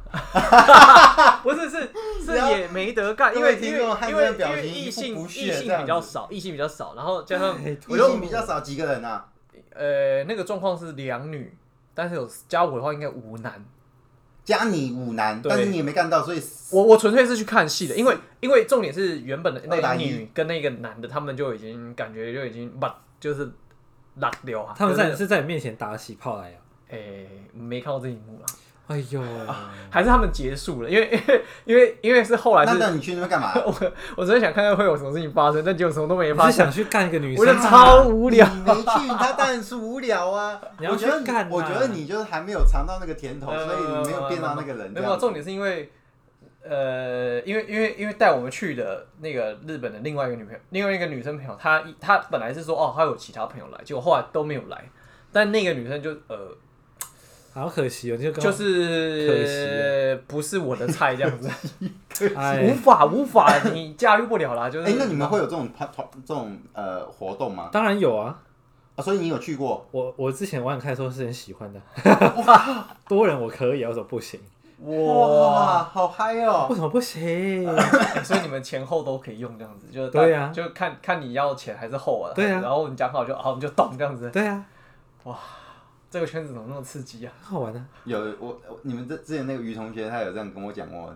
[SPEAKER 1] 不是是是也没得干，因为
[SPEAKER 3] 各位
[SPEAKER 1] 因
[SPEAKER 3] 听
[SPEAKER 1] 为
[SPEAKER 3] 众汉
[SPEAKER 1] 因
[SPEAKER 3] 森的
[SPEAKER 1] 为因
[SPEAKER 3] 表
[SPEAKER 1] 为
[SPEAKER 3] 情一
[SPEAKER 1] 异
[SPEAKER 3] 副
[SPEAKER 1] 性
[SPEAKER 3] 不
[SPEAKER 1] 异
[SPEAKER 3] 屑这
[SPEAKER 1] 性
[SPEAKER 3] 样
[SPEAKER 1] 比较
[SPEAKER 3] 子
[SPEAKER 1] 少，异性比较少，然后加上
[SPEAKER 2] 哎
[SPEAKER 1] 我
[SPEAKER 3] 异
[SPEAKER 1] 就
[SPEAKER 3] 性比较少几个人啊，
[SPEAKER 1] 呃那个状况是两女，但是有加我的话应该五男，
[SPEAKER 3] 加你五男，
[SPEAKER 1] 对
[SPEAKER 3] 但是你也没干到，所以
[SPEAKER 1] 我我纯粹是去看戏的，因为因为重点是原本的那
[SPEAKER 3] 二
[SPEAKER 1] 个
[SPEAKER 3] 打一
[SPEAKER 1] 女跟那个男的，他们就已经感觉就已经把就是拉掉啊。
[SPEAKER 2] 他们在
[SPEAKER 1] 就是
[SPEAKER 2] 在你面前打起炮来呀！啊
[SPEAKER 1] 诶、没看到这一幕啦，
[SPEAKER 2] 哎呦，
[SPEAKER 1] 还是他们结束了？因为因为因为因为是后来
[SPEAKER 3] 那
[SPEAKER 1] 是，
[SPEAKER 3] 那你去那边干嘛？
[SPEAKER 1] [laughs] 我真的想看看会有什么事情发生，但结果什么都没
[SPEAKER 2] 你
[SPEAKER 1] 发
[SPEAKER 2] 是
[SPEAKER 1] 生。
[SPEAKER 2] 想去干一个女
[SPEAKER 1] 我就
[SPEAKER 2] 生？
[SPEAKER 1] 超无聊，
[SPEAKER 3] 你没去，他当然是无聊啊。
[SPEAKER 2] 你要
[SPEAKER 3] 我觉得
[SPEAKER 2] 去干啊
[SPEAKER 3] 我觉得你就是还没有尝到那个甜头，哦所以你没有变到那个人。
[SPEAKER 1] 没有
[SPEAKER 3] 这
[SPEAKER 1] 没有，
[SPEAKER 3] 样
[SPEAKER 1] 重点是因为，呃，因为因为因为带我们去的那个日本的另外一个女朋友，另外一个女生朋友，她一她本来是说哦，她有其他朋友来，结果后来都没有来。但那个女生就呃，
[SPEAKER 2] 好可惜哦，你就跟
[SPEAKER 1] 就
[SPEAKER 2] 可惜
[SPEAKER 1] 是不是我的菜这样子，无
[SPEAKER 2] [laughs] 哎，
[SPEAKER 1] 法无法，你驾驭不了啦。就是，
[SPEAKER 3] 哎，那你们会有这种团团这种呃活动吗？
[SPEAKER 2] 当然有啊。
[SPEAKER 3] 啊，所以你有去过？
[SPEAKER 2] 我我之前玩开的时候是很喜
[SPEAKER 1] [laughs]
[SPEAKER 2] 欢的，多人我可以啊，为什么不行？
[SPEAKER 1] 哇、，
[SPEAKER 3] 好嗨
[SPEAKER 2] 为
[SPEAKER 3] 哦！
[SPEAKER 2] 什么
[SPEAKER 1] [laughs]
[SPEAKER 2] 不行？
[SPEAKER 1] 哎所以你们前后都可以用这样子，就是
[SPEAKER 2] 对啊
[SPEAKER 1] 就看看你要前还是后啊，
[SPEAKER 2] 对啊
[SPEAKER 1] 然后你讲好就好，你就懂这样子。
[SPEAKER 2] 对啊，
[SPEAKER 1] 这个圈子怎么那么刺激啊？
[SPEAKER 2] 很好玩啊。
[SPEAKER 3] 有我我你们这之前那个于同学，他有这样跟我讲过，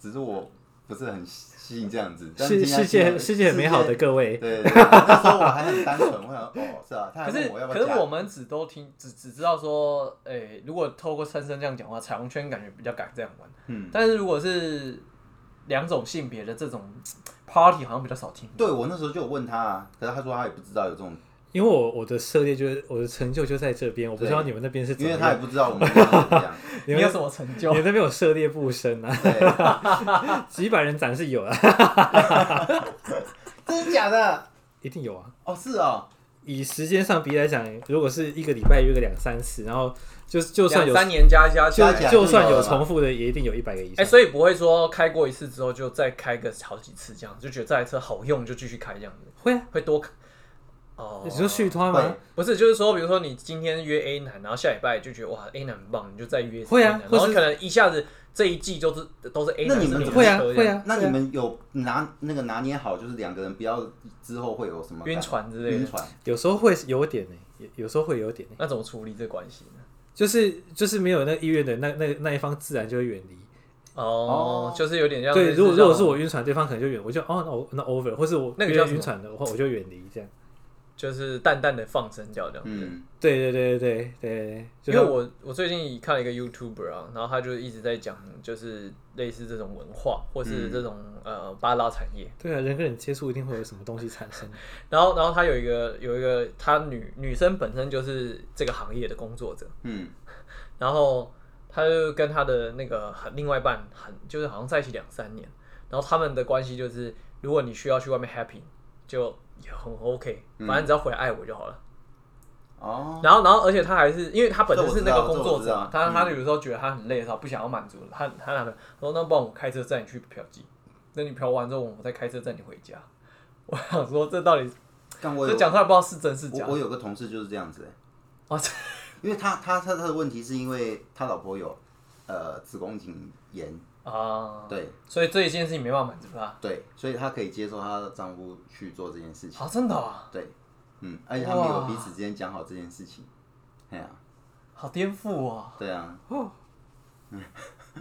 [SPEAKER 3] 只是我不是很吸引这样子。但是
[SPEAKER 2] 世
[SPEAKER 3] 听他
[SPEAKER 2] 世界
[SPEAKER 3] 讲
[SPEAKER 2] 世界很美好的。各位，
[SPEAKER 3] 对，对对那时候我还很单纯，我想哦，是啊，他还
[SPEAKER 1] 可是
[SPEAKER 3] 问我要不
[SPEAKER 1] 可
[SPEAKER 3] 要
[SPEAKER 1] 是
[SPEAKER 3] 加
[SPEAKER 1] 我们只都听只只知道说，诶、如果透过三生这样讲话，彩虹圈感觉比较敢这样玩。
[SPEAKER 3] 嗯，
[SPEAKER 1] 但是如果是两种性别的这种 party，好像比较少听。
[SPEAKER 3] 对我那时候就有问他啊，可是他说他也不知道有这种，
[SPEAKER 2] 因为我我的涉猎就是我的成就就在这边，我不知道你们那边是怎
[SPEAKER 3] 因
[SPEAKER 2] 么
[SPEAKER 3] 为他也
[SPEAKER 2] 样。
[SPEAKER 3] 不知道我们是怎
[SPEAKER 1] [laughs]
[SPEAKER 3] 么样。
[SPEAKER 1] 你
[SPEAKER 2] 你们
[SPEAKER 1] 有什么成就
[SPEAKER 2] 你？们那边有涉猎不深啊， [laughs]
[SPEAKER 3] 对，
[SPEAKER 2] 几百人展是有啊，
[SPEAKER 3] 真的假的？
[SPEAKER 2] 一定有啊。
[SPEAKER 3] 哦，是哦，
[SPEAKER 2] 以时间上比来讲，如果是一个礼拜约个两三次，然后就就算有
[SPEAKER 1] 两三年加一加起
[SPEAKER 2] 就
[SPEAKER 1] 来，
[SPEAKER 3] 加起来
[SPEAKER 2] 就算
[SPEAKER 3] 就有
[SPEAKER 2] 有
[SPEAKER 3] 了嘛
[SPEAKER 2] 重复的，也一定有一百个以
[SPEAKER 1] 哎、
[SPEAKER 2] 上。
[SPEAKER 1] 所以不会说开过一次之后就再开个好几次这样，就觉得这台车好用就继续开这样子，
[SPEAKER 2] 会啊，
[SPEAKER 1] 会多开哦。
[SPEAKER 2] 你说续托
[SPEAKER 3] 会
[SPEAKER 2] 吗？
[SPEAKER 1] 不是，就是说，比如说你今天约 A 男，然后下礼拜就觉得哇 A 男很棒，你就再约 C
[SPEAKER 2] 会啊
[SPEAKER 1] 男，
[SPEAKER 2] 或
[SPEAKER 1] 然后
[SPEAKER 2] 是
[SPEAKER 1] 可能一下子这一季都是都是 A
[SPEAKER 3] 那
[SPEAKER 1] 男
[SPEAKER 3] 你
[SPEAKER 1] 是
[SPEAKER 3] 们
[SPEAKER 1] 你的
[SPEAKER 3] 怎么
[SPEAKER 2] 会啊
[SPEAKER 1] 车这
[SPEAKER 2] 会
[SPEAKER 1] 样，
[SPEAKER 2] 啊，
[SPEAKER 3] 那
[SPEAKER 2] 会
[SPEAKER 3] 你
[SPEAKER 2] 啊
[SPEAKER 3] 们有拿那个拿捏好，就是两个人不要之后会有什
[SPEAKER 2] 啊
[SPEAKER 3] 么
[SPEAKER 1] 晕船之类
[SPEAKER 3] 晕
[SPEAKER 1] 的，
[SPEAKER 3] 船？
[SPEAKER 2] 有时候会有点呢、有有时候会有点、欸，
[SPEAKER 1] 那怎么处理这关系呢？
[SPEAKER 2] 就是就是没有那个意愿的那那那一方自然就会远离。
[SPEAKER 1] 哦
[SPEAKER 3] 哦，
[SPEAKER 1] 就是有点像
[SPEAKER 2] 对，
[SPEAKER 1] 类似
[SPEAKER 2] 如果
[SPEAKER 1] 这种
[SPEAKER 2] 如果是我晕船，对方可能就远，我就哦那我那 over，或是我
[SPEAKER 1] 那个
[SPEAKER 2] 约
[SPEAKER 1] 叫什么
[SPEAKER 2] 晕船的话，我就远离这样。
[SPEAKER 1] 就是淡淡的放声掉这样。
[SPEAKER 3] 嗯，
[SPEAKER 2] 对对对对对对，就
[SPEAKER 1] 因为
[SPEAKER 2] 像
[SPEAKER 1] 我我最近看了一个 YouTuber 啊，然后他就一直在讲，就是类似这种文化或是
[SPEAKER 3] 嗯
[SPEAKER 1] 这种、呃巴拉产业。
[SPEAKER 2] 对啊，人跟人接触一定会有什么东西产生。
[SPEAKER 1] 然后然后他有一个有一个他女女生本身就是这个行业的工作者，
[SPEAKER 3] 嗯，
[SPEAKER 1] 然后他就跟他的那个很另外一半很就是好像在一起两三年，然后他们的关系就是，如果你需要去外面 happy，就也很 OK，
[SPEAKER 3] 嗯
[SPEAKER 1] 反正只要回来爱我就好了。
[SPEAKER 3] 哦，
[SPEAKER 1] 然后然后而且他还是因为他本身是那
[SPEAKER 3] 这
[SPEAKER 1] 个
[SPEAKER 3] 我知
[SPEAKER 1] 工
[SPEAKER 3] 道
[SPEAKER 1] 作者嘛，
[SPEAKER 3] 这我
[SPEAKER 1] 他
[SPEAKER 3] 知道嗯
[SPEAKER 1] 他有时候觉得他很累的时候不想要满足他他男朋友说那不然我开车载你去嫖妓，等你嫖完之后我再开车载你回家。我想说这到底
[SPEAKER 3] 但我
[SPEAKER 1] 这
[SPEAKER 3] 有
[SPEAKER 1] 讲出来不知道是真是假
[SPEAKER 3] 我我有个同事就是这样子、欸
[SPEAKER 1] 哦这
[SPEAKER 3] 因为他他他他的问题是因为他老婆有呃子宫颈炎
[SPEAKER 1] 啊，
[SPEAKER 3] 对
[SPEAKER 1] 所以这一件事情没办法满足他。
[SPEAKER 3] 对，所以她可以接受她的丈夫去做这件事情。
[SPEAKER 1] 啊，真的啊，
[SPEAKER 3] 对，嗯，而且他们有
[SPEAKER 1] 哇
[SPEAKER 3] 彼此之间讲好这件事情。哎呀、
[SPEAKER 1] 好颠覆啊！
[SPEAKER 3] 对啊，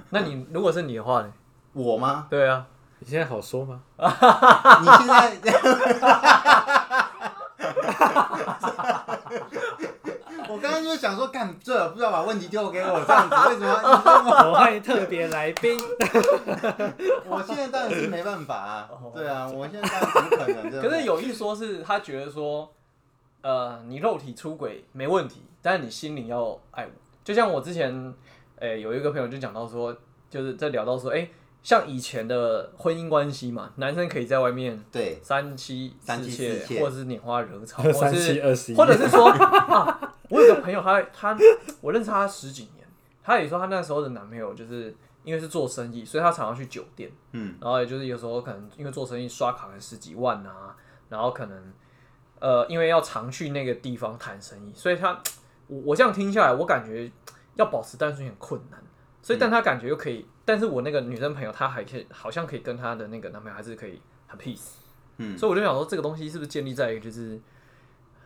[SPEAKER 1] 那你如果是你的话呢？
[SPEAKER 3] 我吗？
[SPEAKER 1] 对啊，
[SPEAKER 2] 你现在好说吗？
[SPEAKER 3] 你现在， [laughs] 我刚刚就想说，干这不知道把问题丢给我这样子，为什么？
[SPEAKER 2] 我们欢迎特别来宾，
[SPEAKER 3] 我现在当然是没办法啊，
[SPEAKER 1] 哦
[SPEAKER 3] 对啊，我现在当然怎么可能？对不对
[SPEAKER 1] 可是有一说是他觉得说，呃，你肉体出轨没问题，但是你心灵要爱我。就像我之前，诶、有一个朋友就讲到说，就是在聊到说，诶、哎像以前的婚姻关系嘛，男生可以在外面
[SPEAKER 3] 对
[SPEAKER 1] 三妻
[SPEAKER 3] 三妻
[SPEAKER 1] 妾，
[SPEAKER 3] 四妾
[SPEAKER 1] 或者是拈花惹草，或
[SPEAKER 2] 三
[SPEAKER 1] 者
[SPEAKER 2] 七
[SPEAKER 1] 是
[SPEAKER 2] 二十一，
[SPEAKER 1] 或者是说、啊，我有个朋友他，他我认识他十几年，他也说他那时候的男朋友就是因为是做生意，所以他常常去酒店，
[SPEAKER 3] 嗯，
[SPEAKER 1] 然后也就是有时候可能因为做生意刷卡可能十几万啊，然后可能呃因为要常去那个地方谈生意，所以他我我这样听下来，我感觉要保持单纯很困难，
[SPEAKER 3] 嗯
[SPEAKER 1] 所以但他感觉又可以，但是我那个女生朋友她还可以好像可以跟她的那个男朋友还是可以很 peace，
[SPEAKER 3] 嗯
[SPEAKER 1] 所以我就想说这个东西是不是建立在于就是。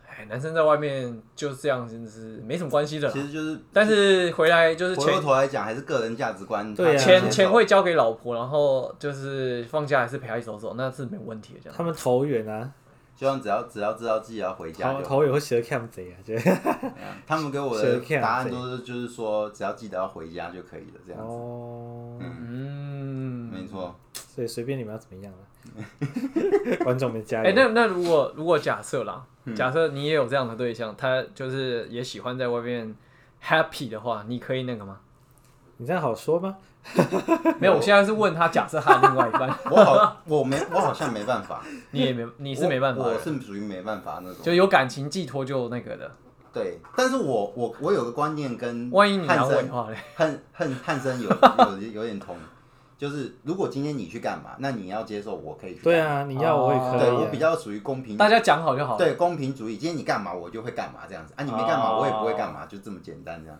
[SPEAKER 1] 哎，男生在外面就这样，真的是没什么关系的啦
[SPEAKER 3] 其。实就是
[SPEAKER 1] 但是回来就是
[SPEAKER 3] 回
[SPEAKER 1] 钱
[SPEAKER 3] 过头来讲，还是个人价值观。
[SPEAKER 2] 对啊
[SPEAKER 1] 钱
[SPEAKER 3] 他
[SPEAKER 1] 钱会交给老婆，然后就是放假还是陪她一起走走，那是没有问题的。这样
[SPEAKER 2] 他们投缘
[SPEAKER 1] [laughs]
[SPEAKER 2] 啊，
[SPEAKER 3] 希望只要只要知道自己要回家
[SPEAKER 2] 投
[SPEAKER 3] 就好。
[SPEAKER 2] 投缘会蛇 cam 贼啊，就是
[SPEAKER 3] 他们给我
[SPEAKER 2] 蛇
[SPEAKER 3] 的
[SPEAKER 2] 骗
[SPEAKER 3] 答案
[SPEAKER 2] 贼
[SPEAKER 3] 都是就是说，只要记得要回家就可以了，这样子。
[SPEAKER 2] 哦，
[SPEAKER 1] 嗯，
[SPEAKER 3] 没错，
[SPEAKER 2] 所以随便你们要怎么样了，观众们加
[SPEAKER 1] 哎、
[SPEAKER 2] 油！
[SPEAKER 1] 那那如果如果假设啦，
[SPEAKER 3] 嗯
[SPEAKER 1] 假设你也有这样的对象，他就是也喜欢在外面 happy 的话，你可以那个
[SPEAKER 3] [laughs]
[SPEAKER 1] 吗？
[SPEAKER 2] 你这样好说吗？
[SPEAKER 1] 没有，我现在是问他，假设他的另外一半，
[SPEAKER 3] 我好，我没，我好像没办法。
[SPEAKER 1] 你也没你是没办法
[SPEAKER 3] 我，
[SPEAKER 1] 的
[SPEAKER 3] 我，是属于没办法那种。
[SPEAKER 1] 就有感情寄托就那个的。
[SPEAKER 3] 对，但是我我我有个观念跟
[SPEAKER 1] 万一你
[SPEAKER 3] 汉
[SPEAKER 1] 阳痿的
[SPEAKER 3] 生
[SPEAKER 1] 话
[SPEAKER 3] [laughs]
[SPEAKER 1] 嘞，
[SPEAKER 3] 汉汉汉
[SPEAKER 1] [laughs]
[SPEAKER 3] 生有有有点同，就是如果今天你去干嘛，那你要接受我可以去。
[SPEAKER 2] 对，啊，你要我也可
[SPEAKER 3] 对
[SPEAKER 2] 以、
[SPEAKER 3] 我
[SPEAKER 2] 啊。
[SPEAKER 3] 比较属于公平，
[SPEAKER 1] 大家讲好就好了。
[SPEAKER 3] 对公平主义。今天你干嘛，我就会干嘛这样子啊，你没干嘛，
[SPEAKER 1] 哦
[SPEAKER 3] 我也不会干嘛，就这么简单这样。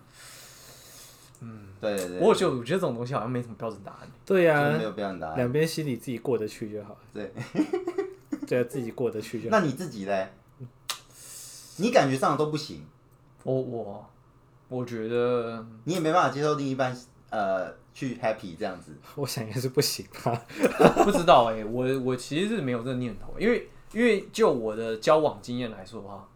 [SPEAKER 3] 嗯，对对对，
[SPEAKER 1] 我觉得我觉得这种东西好像没什么标准答案。
[SPEAKER 2] 对呀、
[SPEAKER 3] 就是没有标准答案。
[SPEAKER 2] 两边心里自己过得去就好了。
[SPEAKER 3] 对，
[SPEAKER 2] 对啊，自己过得去就好。
[SPEAKER 3] 那你自己嘞？你感觉上都不行，
[SPEAKER 1] 我我我觉得
[SPEAKER 3] 你也没办法接受另一半呃去 happy 这样子。
[SPEAKER 2] 我想应该是不行吧。
[SPEAKER 1] 不知道哎、我我其实是没有这个念头，因为因为就我的交往经验来说哈，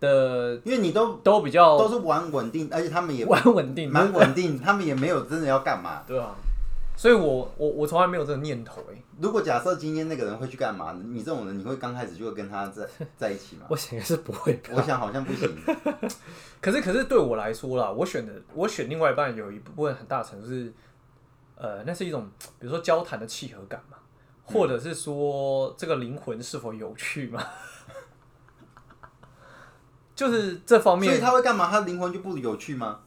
[SPEAKER 1] 的
[SPEAKER 3] 因为你都
[SPEAKER 1] 都比较
[SPEAKER 3] 都是玩稳定，而且他们也
[SPEAKER 1] 蛮 [laughs] 稳定的，
[SPEAKER 3] 蛮稳定，他们也没有真的要干嘛。
[SPEAKER 1] 对啊，所以我我我从来没有这个念头哎、
[SPEAKER 3] 如果假设今天那个人会去干嘛，你这种人你会刚开始就会跟他在在一起吗？
[SPEAKER 2] 我想应该是不会吧。
[SPEAKER 3] 我想好像不行。
[SPEAKER 1] 可是可是对我来说啦，我选的我选另外一半有一部分很大程度是，呃，那是一种比如说交谈的契合感嘛，或
[SPEAKER 3] 嗯
[SPEAKER 1] 者是说这个灵魂是否有趣嘛， [laughs] 就是这方
[SPEAKER 3] 所以
[SPEAKER 1] 面。
[SPEAKER 3] 他会干嘛？他灵魂就不有趣吗？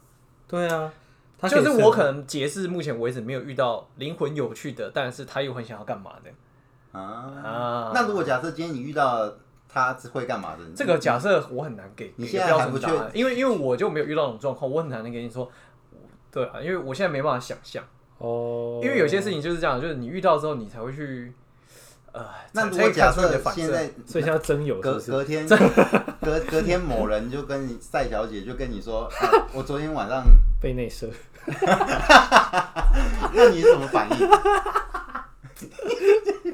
[SPEAKER 2] 对啊，他
[SPEAKER 1] 就是
[SPEAKER 2] 以
[SPEAKER 1] 我可能杰是目前为止没有遇到灵魂有趣的，但是他又很想要干嘛的
[SPEAKER 3] 啊，
[SPEAKER 1] 啊？
[SPEAKER 3] 那如果假设今天你遇到他会干嘛的？
[SPEAKER 1] 这个假设我很难给
[SPEAKER 3] 你
[SPEAKER 1] 给个
[SPEAKER 3] 现在
[SPEAKER 1] 标
[SPEAKER 3] 还
[SPEAKER 1] 准
[SPEAKER 3] 不
[SPEAKER 1] 答
[SPEAKER 3] 确
[SPEAKER 1] 案，因为因为我就没有遇到那种状况，我很难能给你说，对啊，因为我现在没办法想象，
[SPEAKER 2] 哦，
[SPEAKER 1] 因为有些事情就是这样，就是你遇到之后你才会去，呃，
[SPEAKER 3] 那
[SPEAKER 1] 才
[SPEAKER 3] 如
[SPEAKER 1] 才
[SPEAKER 3] 果
[SPEAKER 1] 会
[SPEAKER 3] 假
[SPEAKER 1] 看出你
[SPEAKER 3] 设
[SPEAKER 1] 的反
[SPEAKER 3] 现
[SPEAKER 1] 射。
[SPEAKER 3] 在
[SPEAKER 2] 所以像真有是
[SPEAKER 3] 隔
[SPEAKER 2] 不是？
[SPEAKER 3] 隔天隔隔天某人就跟你赛小姐就跟你说，啊我昨天晚上，
[SPEAKER 2] 被内射，
[SPEAKER 3] 那你什么反应？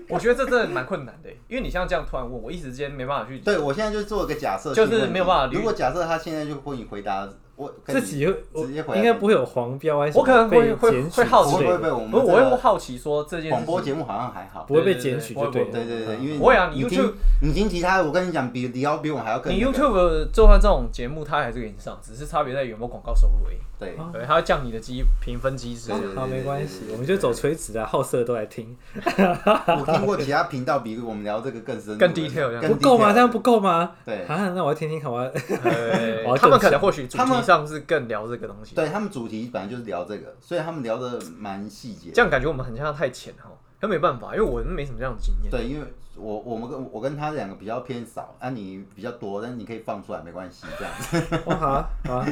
[SPEAKER 1] 我觉得这真的蛮困难的，欸因为你像这样突然问我，一时之间没办法去，
[SPEAKER 3] 对，我现在就做一个假设
[SPEAKER 1] 就
[SPEAKER 3] 性问
[SPEAKER 1] 是
[SPEAKER 3] 题，
[SPEAKER 1] 没有办法捋
[SPEAKER 3] 如果假设他现在就跟你回答，我跟
[SPEAKER 2] 自
[SPEAKER 3] 你
[SPEAKER 2] 己会我
[SPEAKER 3] 直接回来
[SPEAKER 2] 应该不会有黄标啊，
[SPEAKER 1] 我可能会会
[SPEAKER 2] 被检举
[SPEAKER 1] 会好
[SPEAKER 3] 不
[SPEAKER 1] 奇，
[SPEAKER 3] 会
[SPEAKER 2] 之类的
[SPEAKER 3] 哦不会被我们
[SPEAKER 1] 不是我
[SPEAKER 3] 这个
[SPEAKER 1] 会好奇说这件事
[SPEAKER 3] 广播
[SPEAKER 1] 情，
[SPEAKER 3] 节目好像还好。
[SPEAKER 2] 不会被
[SPEAKER 1] 对对
[SPEAKER 2] 检
[SPEAKER 1] 对
[SPEAKER 2] 举
[SPEAKER 1] 不会
[SPEAKER 2] 就对
[SPEAKER 1] 不
[SPEAKER 2] 了。
[SPEAKER 1] 会
[SPEAKER 3] 对对对，因为
[SPEAKER 1] 不会啊你
[SPEAKER 3] 你
[SPEAKER 1] YouTube-
[SPEAKER 3] 听你听其他的，我跟你讲，比李敖比我们还要更
[SPEAKER 1] 你
[SPEAKER 3] 那个。
[SPEAKER 1] YouTube 做他这种节目，他还是给你上，只是差别在于有没有广告收入而已。
[SPEAKER 3] 对，
[SPEAKER 2] 啊
[SPEAKER 1] 对，它会降你的机评分机制
[SPEAKER 3] 对。对对
[SPEAKER 2] 好，没关
[SPEAKER 3] 对对
[SPEAKER 2] 系，
[SPEAKER 3] 对
[SPEAKER 2] 我们就走垂直啊，好色都来听，
[SPEAKER 3] [laughs] 我听过其他频道比我们聊这个更深入的、
[SPEAKER 1] 更 detail 这样
[SPEAKER 3] 更
[SPEAKER 2] 不够吗？
[SPEAKER 3] detail
[SPEAKER 2] 这样不够吗？
[SPEAKER 3] 对
[SPEAKER 2] 啊，那我要听听看，我要
[SPEAKER 1] 对
[SPEAKER 2] 我要
[SPEAKER 1] 他们可
[SPEAKER 2] 更
[SPEAKER 1] 能或许主
[SPEAKER 3] 他
[SPEAKER 1] 题
[SPEAKER 3] 们
[SPEAKER 1] 上是更聊这个东西。，
[SPEAKER 3] 对他们主题本来就是聊这个，所以他们聊的蛮细节
[SPEAKER 1] 这。样感觉我们很像太浅哦，可没办法，因为我们没什么这样的经验。
[SPEAKER 3] 对，因为我我们跟我跟他两个比较偏少，啊你比较多，但是你可以放出来没关系，这样子。
[SPEAKER 2] [laughs] 哇好啊好啊，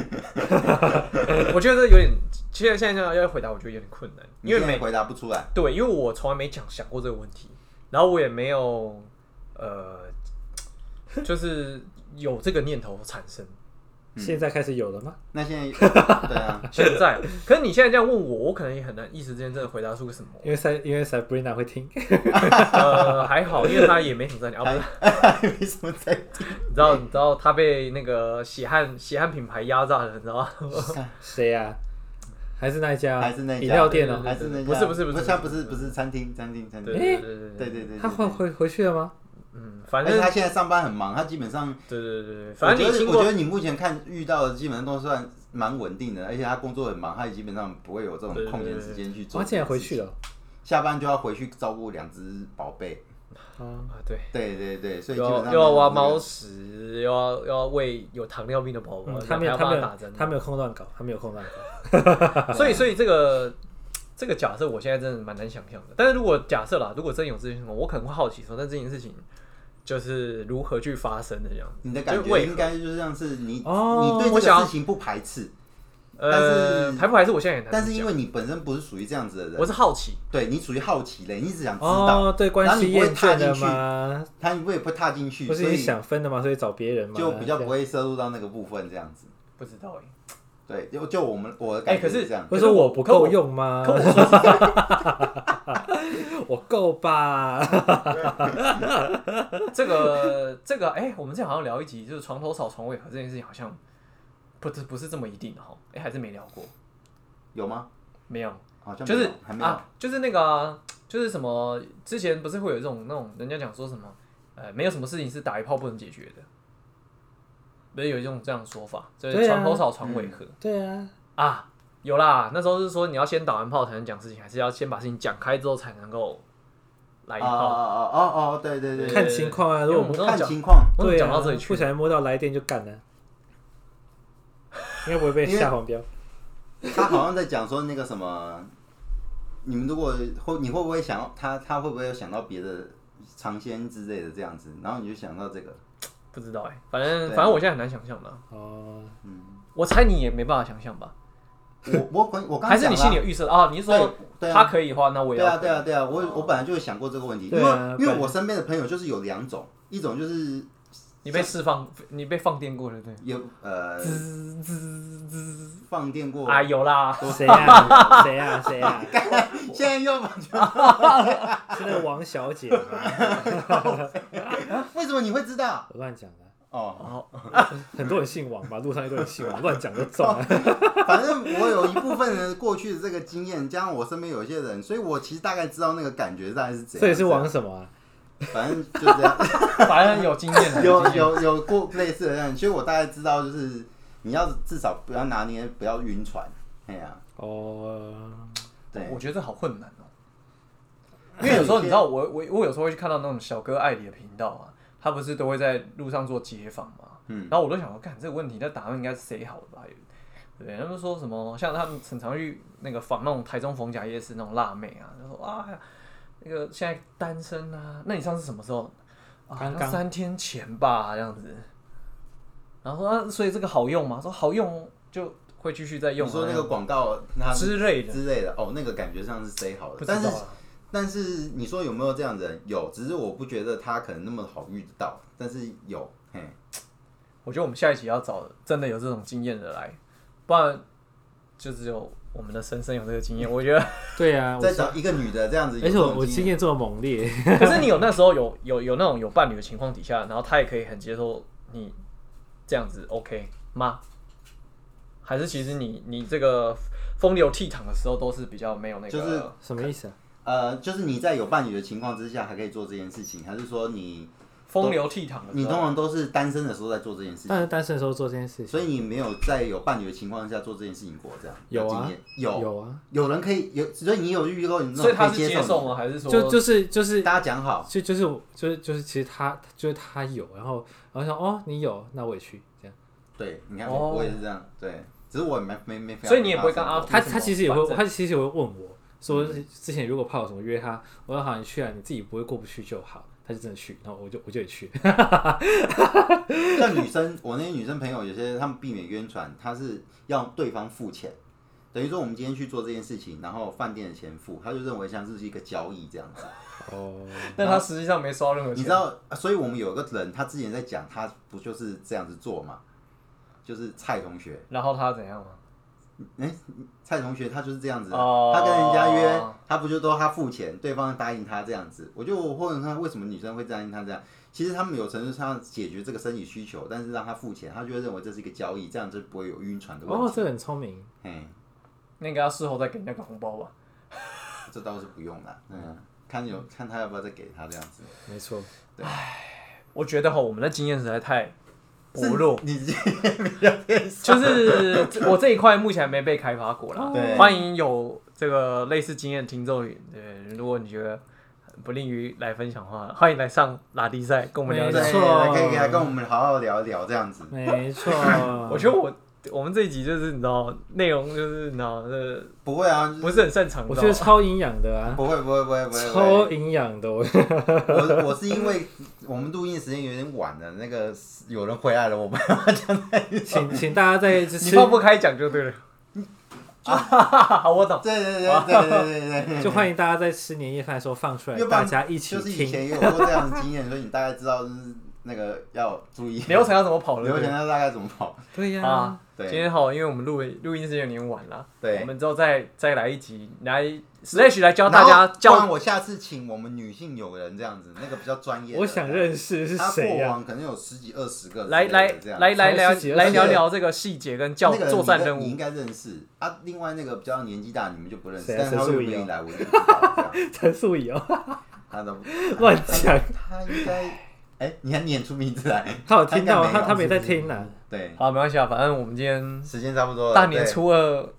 [SPEAKER 1] 我觉得这有点，其实现在要回答，我觉得有点困难，
[SPEAKER 3] 你
[SPEAKER 1] 因为
[SPEAKER 3] 现
[SPEAKER 1] 每
[SPEAKER 3] 在回答不出来，
[SPEAKER 1] 对，因为我从来没讲想过这个问题，然后我也没有呃，就是有这个念头产生。
[SPEAKER 2] 现在开始有了吗？
[SPEAKER 3] 那现在
[SPEAKER 1] [laughs]
[SPEAKER 3] 对啊，
[SPEAKER 1] 现在，可是你现在这样问我，我可能也很难一时之间真的回答出个什么。
[SPEAKER 2] 因为塞因为 Sabrina 会听， [laughs]
[SPEAKER 1] 呃，还好，因为他也没什么在啊聊。
[SPEAKER 3] 还 [laughs] 没什么在
[SPEAKER 1] 你知道，你知道他被那个血汗血汗品牌压榨了，你知道吗？
[SPEAKER 2] 嗯谁呀？还是那一家啊
[SPEAKER 3] 还是那一家
[SPEAKER 2] 饮料店哦
[SPEAKER 1] 对对对。
[SPEAKER 3] 还是那家
[SPEAKER 1] 不是不是不是
[SPEAKER 3] 不他不是不是餐厅餐厅餐厅，
[SPEAKER 1] 对对对
[SPEAKER 3] 对
[SPEAKER 1] 对
[SPEAKER 3] 对对对，
[SPEAKER 2] 他回回回去了吗？
[SPEAKER 1] 嗯，反
[SPEAKER 3] 而
[SPEAKER 1] 正
[SPEAKER 3] 且他现在上班很忙，他基本上，
[SPEAKER 1] 对对对对，
[SPEAKER 3] 我
[SPEAKER 1] 反正
[SPEAKER 3] 觉
[SPEAKER 1] 你经
[SPEAKER 3] 得我觉
[SPEAKER 1] 过
[SPEAKER 3] 得你目前看遇到的基本上都算蛮稳定的，而且他工作很忙，他也基本上不会有这种
[SPEAKER 1] 对对
[SPEAKER 3] 空闲
[SPEAKER 1] 对
[SPEAKER 3] 时间去做。
[SPEAKER 2] 哦他
[SPEAKER 1] 哦
[SPEAKER 2] 竟然回去，了。
[SPEAKER 3] 下班就要回去照顾两只宝贝。
[SPEAKER 2] 啊，
[SPEAKER 1] 啊，对，
[SPEAKER 3] 对对对，所以基
[SPEAKER 1] 又
[SPEAKER 3] 本
[SPEAKER 1] 要哦又
[SPEAKER 3] 上
[SPEAKER 1] 要
[SPEAKER 3] 没有
[SPEAKER 1] 挖
[SPEAKER 3] 那个
[SPEAKER 1] 猫屎，又要又要喂有糖尿病的宝宝
[SPEAKER 2] 嗯，他没有
[SPEAKER 1] 还要
[SPEAKER 2] 他
[SPEAKER 1] 帮
[SPEAKER 2] 没
[SPEAKER 1] 他打
[SPEAKER 2] 有
[SPEAKER 1] 针，
[SPEAKER 2] 他没有空乱搞，他没有空乱搞。
[SPEAKER 1] 所以，所以这个这个假设，我现在真的蛮难想象的。但是如果假设啦，如果真有这件事情，我可能会好奇说，那这件事情就是如何去发生的这样子。
[SPEAKER 3] 你的感
[SPEAKER 1] 就为
[SPEAKER 3] 觉
[SPEAKER 1] 何
[SPEAKER 3] 应该就是像是你、
[SPEAKER 2] 哦
[SPEAKER 3] 你
[SPEAKER 1] 我
[SPEAKER 3] 对这
[SPEAKER 1] 想
[SPEAKER 3] 个
[SPEAKER 1] 要
[SPEAKER 3] 事情不排斥，
[SPEAKER 1] 呃，
[SPEAKER 3] 但是
[SPEAKER 1] 排不排斥我现在也很难
[SPEAKER 3] 但是因
[SPEAKER 1] 讲
[SPEAKER 3] 为你本身不是属于这样子的人，
[SPEAKER 1] 我是好奇，
[SPEAKER 3] 对你属于好奇类，你只想知道，
[SPEAKER 2] 哦，对，关
[SPEAKER 3] 然后
[SPEAKER 2] 系
[SPEAKER 3] 你不会
[SPEAKER 2] 验
[SPEAKER 3] 踏
[SPEAKER 2] 证
[SPEAKER 3] 进
[SPEAKER 2] 的
[SPEAKER 3] 去
[SPEAKER 2] 吗？
[SPEAKER 3] 他我也不会踏进去，
[SPEAKER 2] 不
[SPEAKER 3] 所
[SPEAKER 2] 是你
[SPEAKER 3] 以
[SPEAKER 2] 想分的吗？所以找别人吗？
[SPEAKER 3] 就比较不
[SPEAKER 2] 对。
[SPEAKER 3] 会涉入到那个部分这样子。
[SPEAKER 1] 不知道哎、
[SPEAKER 3] 对，就就我们我的感
[SPEAKER 1] 哎可
[SPEAKER 3] 觉
[SPEAKER 1] 是
[SPEAKER 3] 这样。
[SPEAKER 2] 不是我不够用吗？
[SPEAKER 1] 可我说实在，
[SPEAKER 2] [laughs] 我够吧？
[SPEAKER 1] 这个这个，哎、我们之前好像聊一集，就是床头吵床尾和这件事情，好像不是不是这么一定的哈。哎、还是没聊过，
[SPEAKER 3] 有吗？
[SPEAKER 1] 没有。
[SPEAKER 3] 好像没
[SPEAKER 1] 就
[SPEAKER 3] 有
[SPEAKER 1] 是
[SPEAKER 3] 还没有。
[SPEAKER 1] 啊，就是那个啊、就是什么，之前不是会有这种那种人家讲说什么，呃，没有什么事情是打一炮不能解决的，不是有一种这样的说法，就是
[SPEAKER 2] 对啊
[SPEAKER 1] 床头吵床尾和
[SPEAKER 2] 对啊，
[SPEAKER 1] 啊有啦，那时候是说你要先打完炮才能讲事情，还是要先把事情讲开之后才能够来一
[SPEAKER 3] 哦哦
[SPEAKER 1] 炮？
[SPEAKER 3] 哦哦哦，对对对，
[SPEAKER 2] 看情况啊。
[SPEAKER 1] 因为
[SPEAKER 2] 如果
[SPEAKER 1] 我们
[SPEAKER 2] 我们
[SPEAKER 1] 刚刚
[SPEAKER 3] 看
[SPEAKER 1] 讲，
[SPEAKER 3] 情况，
[SPEAKER 1] 我们
[SPEAKER 2] 对啊
[SPEAKER 1] 讲到这里去
[SPEAKER 2] 不小
[SPEAKER 1] 了，
[SPEAKER 2] 心摸到来电就干了，应该不会被下黄标。
[SPEAKER 3] 他好像在讲说那个什么，你们如果会你会不会想到他他会不会有想到别的尝鲜之类的这样子，然后你就想到这个，
[SPEAKER 1] 不知道哎、反正
[SPEAKER 3] 对啊
[SPEAKER 1] 反正我现在很难想象的啊，
[SPEAKER 2] 哦，
[SPEAKER 1] 我猜你也没办法想象吧？ [laughs]
[SPEAKER 3] 我我可我刚
[SPEAKER 1] 还是你
[SPEAKER 3] 讲
[SPEAKER 1] 心
[SPEAKER 3] 了
[SPEAKER 1] 里有预设啊？你是说
[SPEAKER 3] 对对
[SPEAKER 1] 他
[SPEAKER 3] 啊。
[SPEAKER 1] 可以的话，那我也
[SPEAKER 3] 对
[SPEAKER 1] 要
[SPEAKER 3] 啊，对啊，对啊，
[SPEAKER 1] 哦
[SPEAKER 3] 我我本来就有想过这个问题，因
[SPEAKER 2] 对啊
[SPEAKER 3] 为因为
[SPEAKER 2] 本来
[SPEAKER 3] 我身边的朋友就是有两种，一种就是
[SPEAKER 1] 你被释放，你被放电过了，对。
[SPEAKER 3] 有呃
[SPEAKER 1] 滋滋滋！
[SPEAKER 3] 放电过，
[SPEAKER 1] 啊，有啦， [laughs]
[SPEAKER 2] 谁啊？谁啊？谁啊？
[SPEAKER 3] 现在又把
[SPEAKER 2] 是那个王小姐吗？
[SPEAKER 3] [laughs] 为什么你会知道？
[SPEAKER 2] 我乱讲的，
[SPEAKER 3] 哦，
[SPEAKER 1] 哦，
[SPEAKER 2] 很多人姓王吧？路上一堆人姓王，乱讲就中了。
[SPEAKER 3] 反正我有一部分人过去的这个经验，加上我身边有一些人，所以我其实大概知道那个感觉大概是怎样。
[SPEAKER 2] 这也是王，什么啊？
[SPEAKER 3] 反正就这
[SPEAKER 1] [laughs]
[SPEAKER 3] 样，
[SPEAKER 1] 反正有经验的，
[SPEAKER 3] 有
[SPEAKER 1] 经验，
[SPEAKER 3] 有有过类似的样，所以我大概知道，就是你要至少不要拿捏，不要晕船。哎呀、
[SPEAKER 2] 哦，
[SPEAKER 3] 对
[SPEAKER 1] 我，觉得这好困难哦。因为有时候你知道，我我我有时候会去看到那种小哥爱你的频道啊，他不是都会在路上做街访嘛，
[SPEAKER 3] 嗯，
[SPEAKER 1] 然后我都想说，干这个问题，那答案应该是谁好了吧？对，他们说什么，像他们很常去那个访那种台中逢甲夜市那种辣妹啊，他说啊，那个现在单身啊，那你上次什么时候？啊，
[SPEAKER 2] 刚刚
[SPEAKER 1] 那三天前吧，这样子。然后说、啊，所以这个好用吗？说好用哦，就会继续再用、
[SPEAKER 3] 你
[SPEAKER 1] 啊。
[SPEAKER 3] 说那个广告它
[SPEAKER 1] 之类的，
[SPEAKER 3] 之类的，哦，那个感觉上是 say 好
[SPEAKER 1] 不
[SPEAKER 3] 的，
[SPEAKER 1] 知道
[SPEAKER 3] 但是
[SPEAKER 1] 啊。
[SPEAKER 3] 但是你说有没有这样的人？有，只是我不觉得他可能那么好遇得到，但是有，嘿，
[SPEAKER 1] 我觉得我们下一集要找真的有这种经验的来，不然就只有我们的深深有这个经验。我觉得
[SPEAKER 2] 对啊，我
[SPEAKER 3] 再找一个女的这样子有
[SPEAKER 2] 而
[SPEAKER 3] 这
[SPEAKER 2] 且
[SPEAKER 3] 种，
[SPEAKER 2] 我我经验这么猛烈， [laughs]
[SPEAKER 1] 可是你有那时候有有有那种有伴侣的情况底下，然后他也可以很接受你这样子，OK 吗？还是其实你你这个风流倜傥的时候都是比较没有那个，
[SPEAKER 3] 就是
[SPEAKER 2] 什么意思啊？
[SPEAKER 3] 呃，就是你在有伴侣的情况之下还可以做这件事情，还是说你
[SPEAKER 1] 风流倜傥的
[SPEAKER 3] 你
[SPEAKER 1] 时
[SPEAKER 3] 通
[SPEAKER 1] 候，
[SPEAKER 3] 常都是单身的时候在做这件事
[SPEAKER 2] 但
[SPEAKER 3] 情？
[SPEAKER 2] 是单身的时候做这件事情，
[SPEAKER 3] 所以你没有在有伴侣的情况下做这件事情过，这样
[SPEAKER 2] 有啊
[SPEAKER 3] 经验有
[SPEAKER 2] 有啊，
[SPEAKER 3] 有人可以有，所以你有遇到你那
[SPEAKER 1] 所以
[SPEAKER 3] 种可
[SPEAKER 1] 他
[SPEAKER 3] 以
[SPEAKER 1] 是接
[SPEAKER 3] 接
[SPEAKER 1] 受
[SPEAKER 3] 受
[SPEAKER 1] 吗？还是说
[SPEAKER 2] 就就是就
[SPEAKER 3] 你，
[SPEAKER 2] 是
[SPEAKER 3] 大家讲好，
[SPEAKER 2] 就就是我就是就是其实他就是他有，然后然后想哦你有，那我也去这样。
[SPEAKER 3] 对，你看
[SPEAKER 1] 哦
[SPEAKER 3] 我我也是这样，对，只是我没没没，
[SPEAKER 1] 所以你也不会跟阿
[SPEAKER 3] 发生过
[SPEAKER 2] 他
[SPEAKER 1] 为什么
[SPEAKER 2] 他其实也
[SPEAKER 1] 反
[SPEAKER 2] 会
[SPEAKER 1] 正
[SPEAKER 2] 他其实
[SPEAKER 3] 嗯
[SPEAKER 2] 也会问我说之前如果怕有什么约他，我说好你去啊，你自己不会过不去就好。他就真的去，然后我就我就也去， [laughs]
[SPEAKER 3] [laughs] 像女生，我那些女生朋友，有些她们避免晕船，她是要对方付钱，等于说我们今天去做这件事情，然后饭店的钱付，她就认为像是一个交易这样子。
[SPEAKER 2] 哦，
[SPEAKER 1] 但他实际上没收到任何
[SPEAKER 3] 你
[SPEAKER 1] 钱
[SPEAKER 3] 知。道，啊所以我们有一个人，他之前在讲，他不就是这样子做嘛？就是蔡同学，
[SPEAKER 1] 然后他怎样吗？
[SPEAKER 3] 哎、蔡同学他就是这样子啊、
[SPEAKER 1] 哦
[SPEAKER 3] 他跟人家约，他不就都他付钱，对方答应他这样子。我就问他为什么女生会答应他这样，其实他们有程度上解决这个生理需求，但是让他付钱，他就会认为这是一个交易，这样就不会有晕船的问题。
[SPEAKER 2] 哦，这个很聪明，
[SPEAKER 3] 嘿，
[SPEAKER 1] 那个他事后再给人家个红包吧。
[SPEAKER 3] 这倒是不用啦，嗯，看有看他要不要再给他这样子。
[SPEAKER 2] 没错，
[SPEAKER 1] 我觉得哈，我们的经验实在太薄弱，
[SPEAKER 3] 你今天比较偏少
[SPEAKER 1] 就是这我这一块目前还没被开发过啦。
[SPEAKER 3] 啊对
[SPEAKER 1] 欢迎有这个类似经验的听众，对，如果你觉得不利于来分享的话，欢迎来上拉力赛跟我们聊一
[SPEAKER 3] 对
[SPEAKER 1] 聊，
[SPEAKER 2] 没。错
[SPEAKER 3] 可以来跟我们好好聊一聊这样子。
[SPEAKER 2] 没
[SPEAKER 3] [laughs]
[SPEAKER 2] 错
[SPEAKER 1] 我觉得我我们这一集就是你知道内容就是你知道呃
[SPEAKER 3] 不会啊，就是
[SPEAKER 1] 不是很擅长，
[SPEAKER 2] 我
[SPEAKER 1] 你
[SPEAKER 2] 觉
[SPEAKER 1] 知
[SPEAKER 2] 得
[SPEAKER 1] 道吗
[SPEAKER 2] 超营养的啊，
[SPEAKER 3] 不会不会不会不会。不会
[SPEAKER 2] 超营养的，我哦
[SPEAKER 3] [laughs] 我我是因为我们录音时间有点晚了，那个 [laughs] 有人回来了，我们 [laughs]
[SPEAKER 2] 请请大家在
[SPEAKER 1] 你
[SPEAKER 2] 吃，
[SPEAKER 1] 放不开讲就对了。 [laughs] 啊，我懂。
[SPEAKER 3] 对对对对对对对
[SPEAKER 2] 就欢迎大家在吃年夜饭的时候放出来
[SPEAKER 3] 要，不然
[SPEAKER 2] 大家 [laughs] 一起
[SPEAKER 3] 就是以
[SPEAKER 2] 听。
[SPEAKER 3] 前也有过这样的经验，所以你大概知道就是那个要注意
[SPEAKER 1] 流程要怎么跑了？
[SPEAKER 3] 流
[SPEAKER 1] 对
[SPEAKER 3] 程要大概怎么跑。
[SPEAKER 2] 对呀、
[SPEAKER 1] 啊，今
[SPEAKER 3] 对
[SPEAKER 1] 天好，因为我们录录音时间有点晚了，
[SPEAKER 3] 对
[SPEAKER 1] 我们之后再再来一集，来 slash 来教
[SPEAKER 3] 然后
[SPEAKER 1] 大家
[SPEAKER 3] 不然
[SPEAKER 1] 教
[SPEAKER 3] 我下次请我们女性友人这样子，那个比较专业的。
[SPEAKER 2] 我想认识是
[SPEAKER 3] 他
[SPEAKER 2] 谁啊
[SPEAKER 3] 过
[SPEAKER 2] 呀、
[SPEAKER 3] 往可能有十几二十个之
[SPEAKER 1] 来
[SPEAKER 3] 类的
[SPEAKER 1] 来
[SPEAKER 3] 这样
[SPEAKER 1] 来来聊
[SPEAKER 2] 从十几二十
[SPEAKER 1] 来聊聊这个细节跟教
[SPEAKER 3] 那个人
[SPEAKER 1] 作战任
[SPEAKER 3] 你
[SPEAKER 1] 务
[SPEAKER 3] 应。该你应该认识啊。另外那个比较年纪大，你们就不认识，
[SPEAKER 2] 谁啊
[SPEAKER 3] 但是
[SPEAKER 2] 陈
[SPEAKER 3] 他
[SPEAKER 2] 素
[SPEAKER 3] 会不
[SPEAKER 2] 怡
[SPEAKER 3] 会
[SPEAKER 2] 哦
[SPEAKER 3] 来我就不知道这样。
[SPEAKER 2] 陈素怡哦， [laughs]
[SPEAKER 3] 他都
[SPEAKER 2] 乱讲，
[SPEAKER 3] 他应该，哎、你还念出名字来？
[SPEAKER 2] 他有听到吗他
[SPEAKER 3] 他应该没有
[SPEAKER 2] 他没在听呢、
[SPEAKER 3] 对，
[SPEAKER 1] 好，没关系啊，反正我们今天
[SPEAKER 3] 时间差不多了。
[SPEAKER 1] 大年
[SPEAKER 3] 哦对
[SPEAKER 1] 初二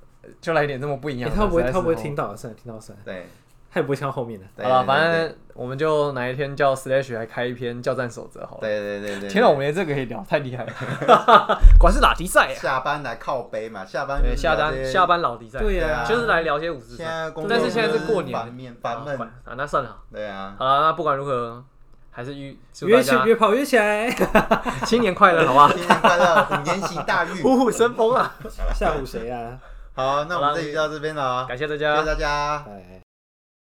[SPEAKER 1] 就来一点这么不一
[SPEAKER 2] 欸
[SPEAKER 1] 样的。
[SPEAKER 2] 他会不会
[SPEAKER 1] 实在
[SPEAKER 2] 他
[SPEAKER 1] 是
[SPEAKER 2] 会不会
[SPEAKER 1] 哦
[SPEAKER 2] 听到？算了，听到算了，
[SPEAKER 3] 对，
[SPEAKER 2] 他也不会听到后面的。
[SPEAKER 3] 对
[SPEAKER 1] 好了，
[SPEAKER 3] 对
[SPEAKER 1] 反正我们就哪一天叫 Slash 来开一篇教战守则好了。
[SPEAKER 3] 对对对对对。
[SPEAKER 1] 天哪，我们连这个可以聊，太厉害
[SPEAKER 2] [laughs]
[SPEAKER 1] 了！管是拉迪赛啊，
[SPEAKER 3] 下班来靠背嘛，下班就
[SPEAKER 1] [laughs] 对，
[SPEAKER 3] 是
[SPEAKER 1] 下
[SPEAKER 3] 聊这
[SPEAKER 1] 班
[SPEAKER 3] 些
[SPEAKER 1] 下。班老迪赛，
[SPEAKER 2] 对
[SPEAKER 3] 对
[SPEAKER 2] 呀、
[SPEAKER 3] 啊
[SPEAKER 1] 就是来聊些五十
[SPEAKER 3] 现在工作
[SPEAKER 1] 但是现在是过年
[SPEAKER 3] 烦面烦
[SPEAKER 1] 啊
[SPEAKER 3] 闷，
[SPEAKER 1] 管啊，那算了。
[SPEAKER 3] 对啊，
[SPEAKER 1] 好了，那不管如何，还是预祝
[SPEAKER 2] 约
[SPEAKER 1] 大
[SPEAKER 2] 去
[SPEAKER 1] 家 [laughs]
[SPEAKER 2] 约跑约起来， [laughs]
[SPEAKER 1] 新年快乐，好
[SPEAKER 3] [laughs]
[SPEAKER 1] 吧？
[SPEAKER 3] 新年快乐，虎年行大
[SPEAKER 1] [laughs]
[SPEAKER 3] 运。
[SPEAKER 1] 虎虎生风啊！
[SPEAKER 2] 吓唬谁啊？
[SPEAKER 3] 好，那我
[SPEAKER 1] 好啦
[SPEAKER 3] 们这集就到这边了哦，
[SPEAKER 1] 感谢大
[SPEAKER 3] 谢
[SPEAKER 1] 家
[SPEAKER 3] 谢。大家。
[SPEAKER 2] 哎。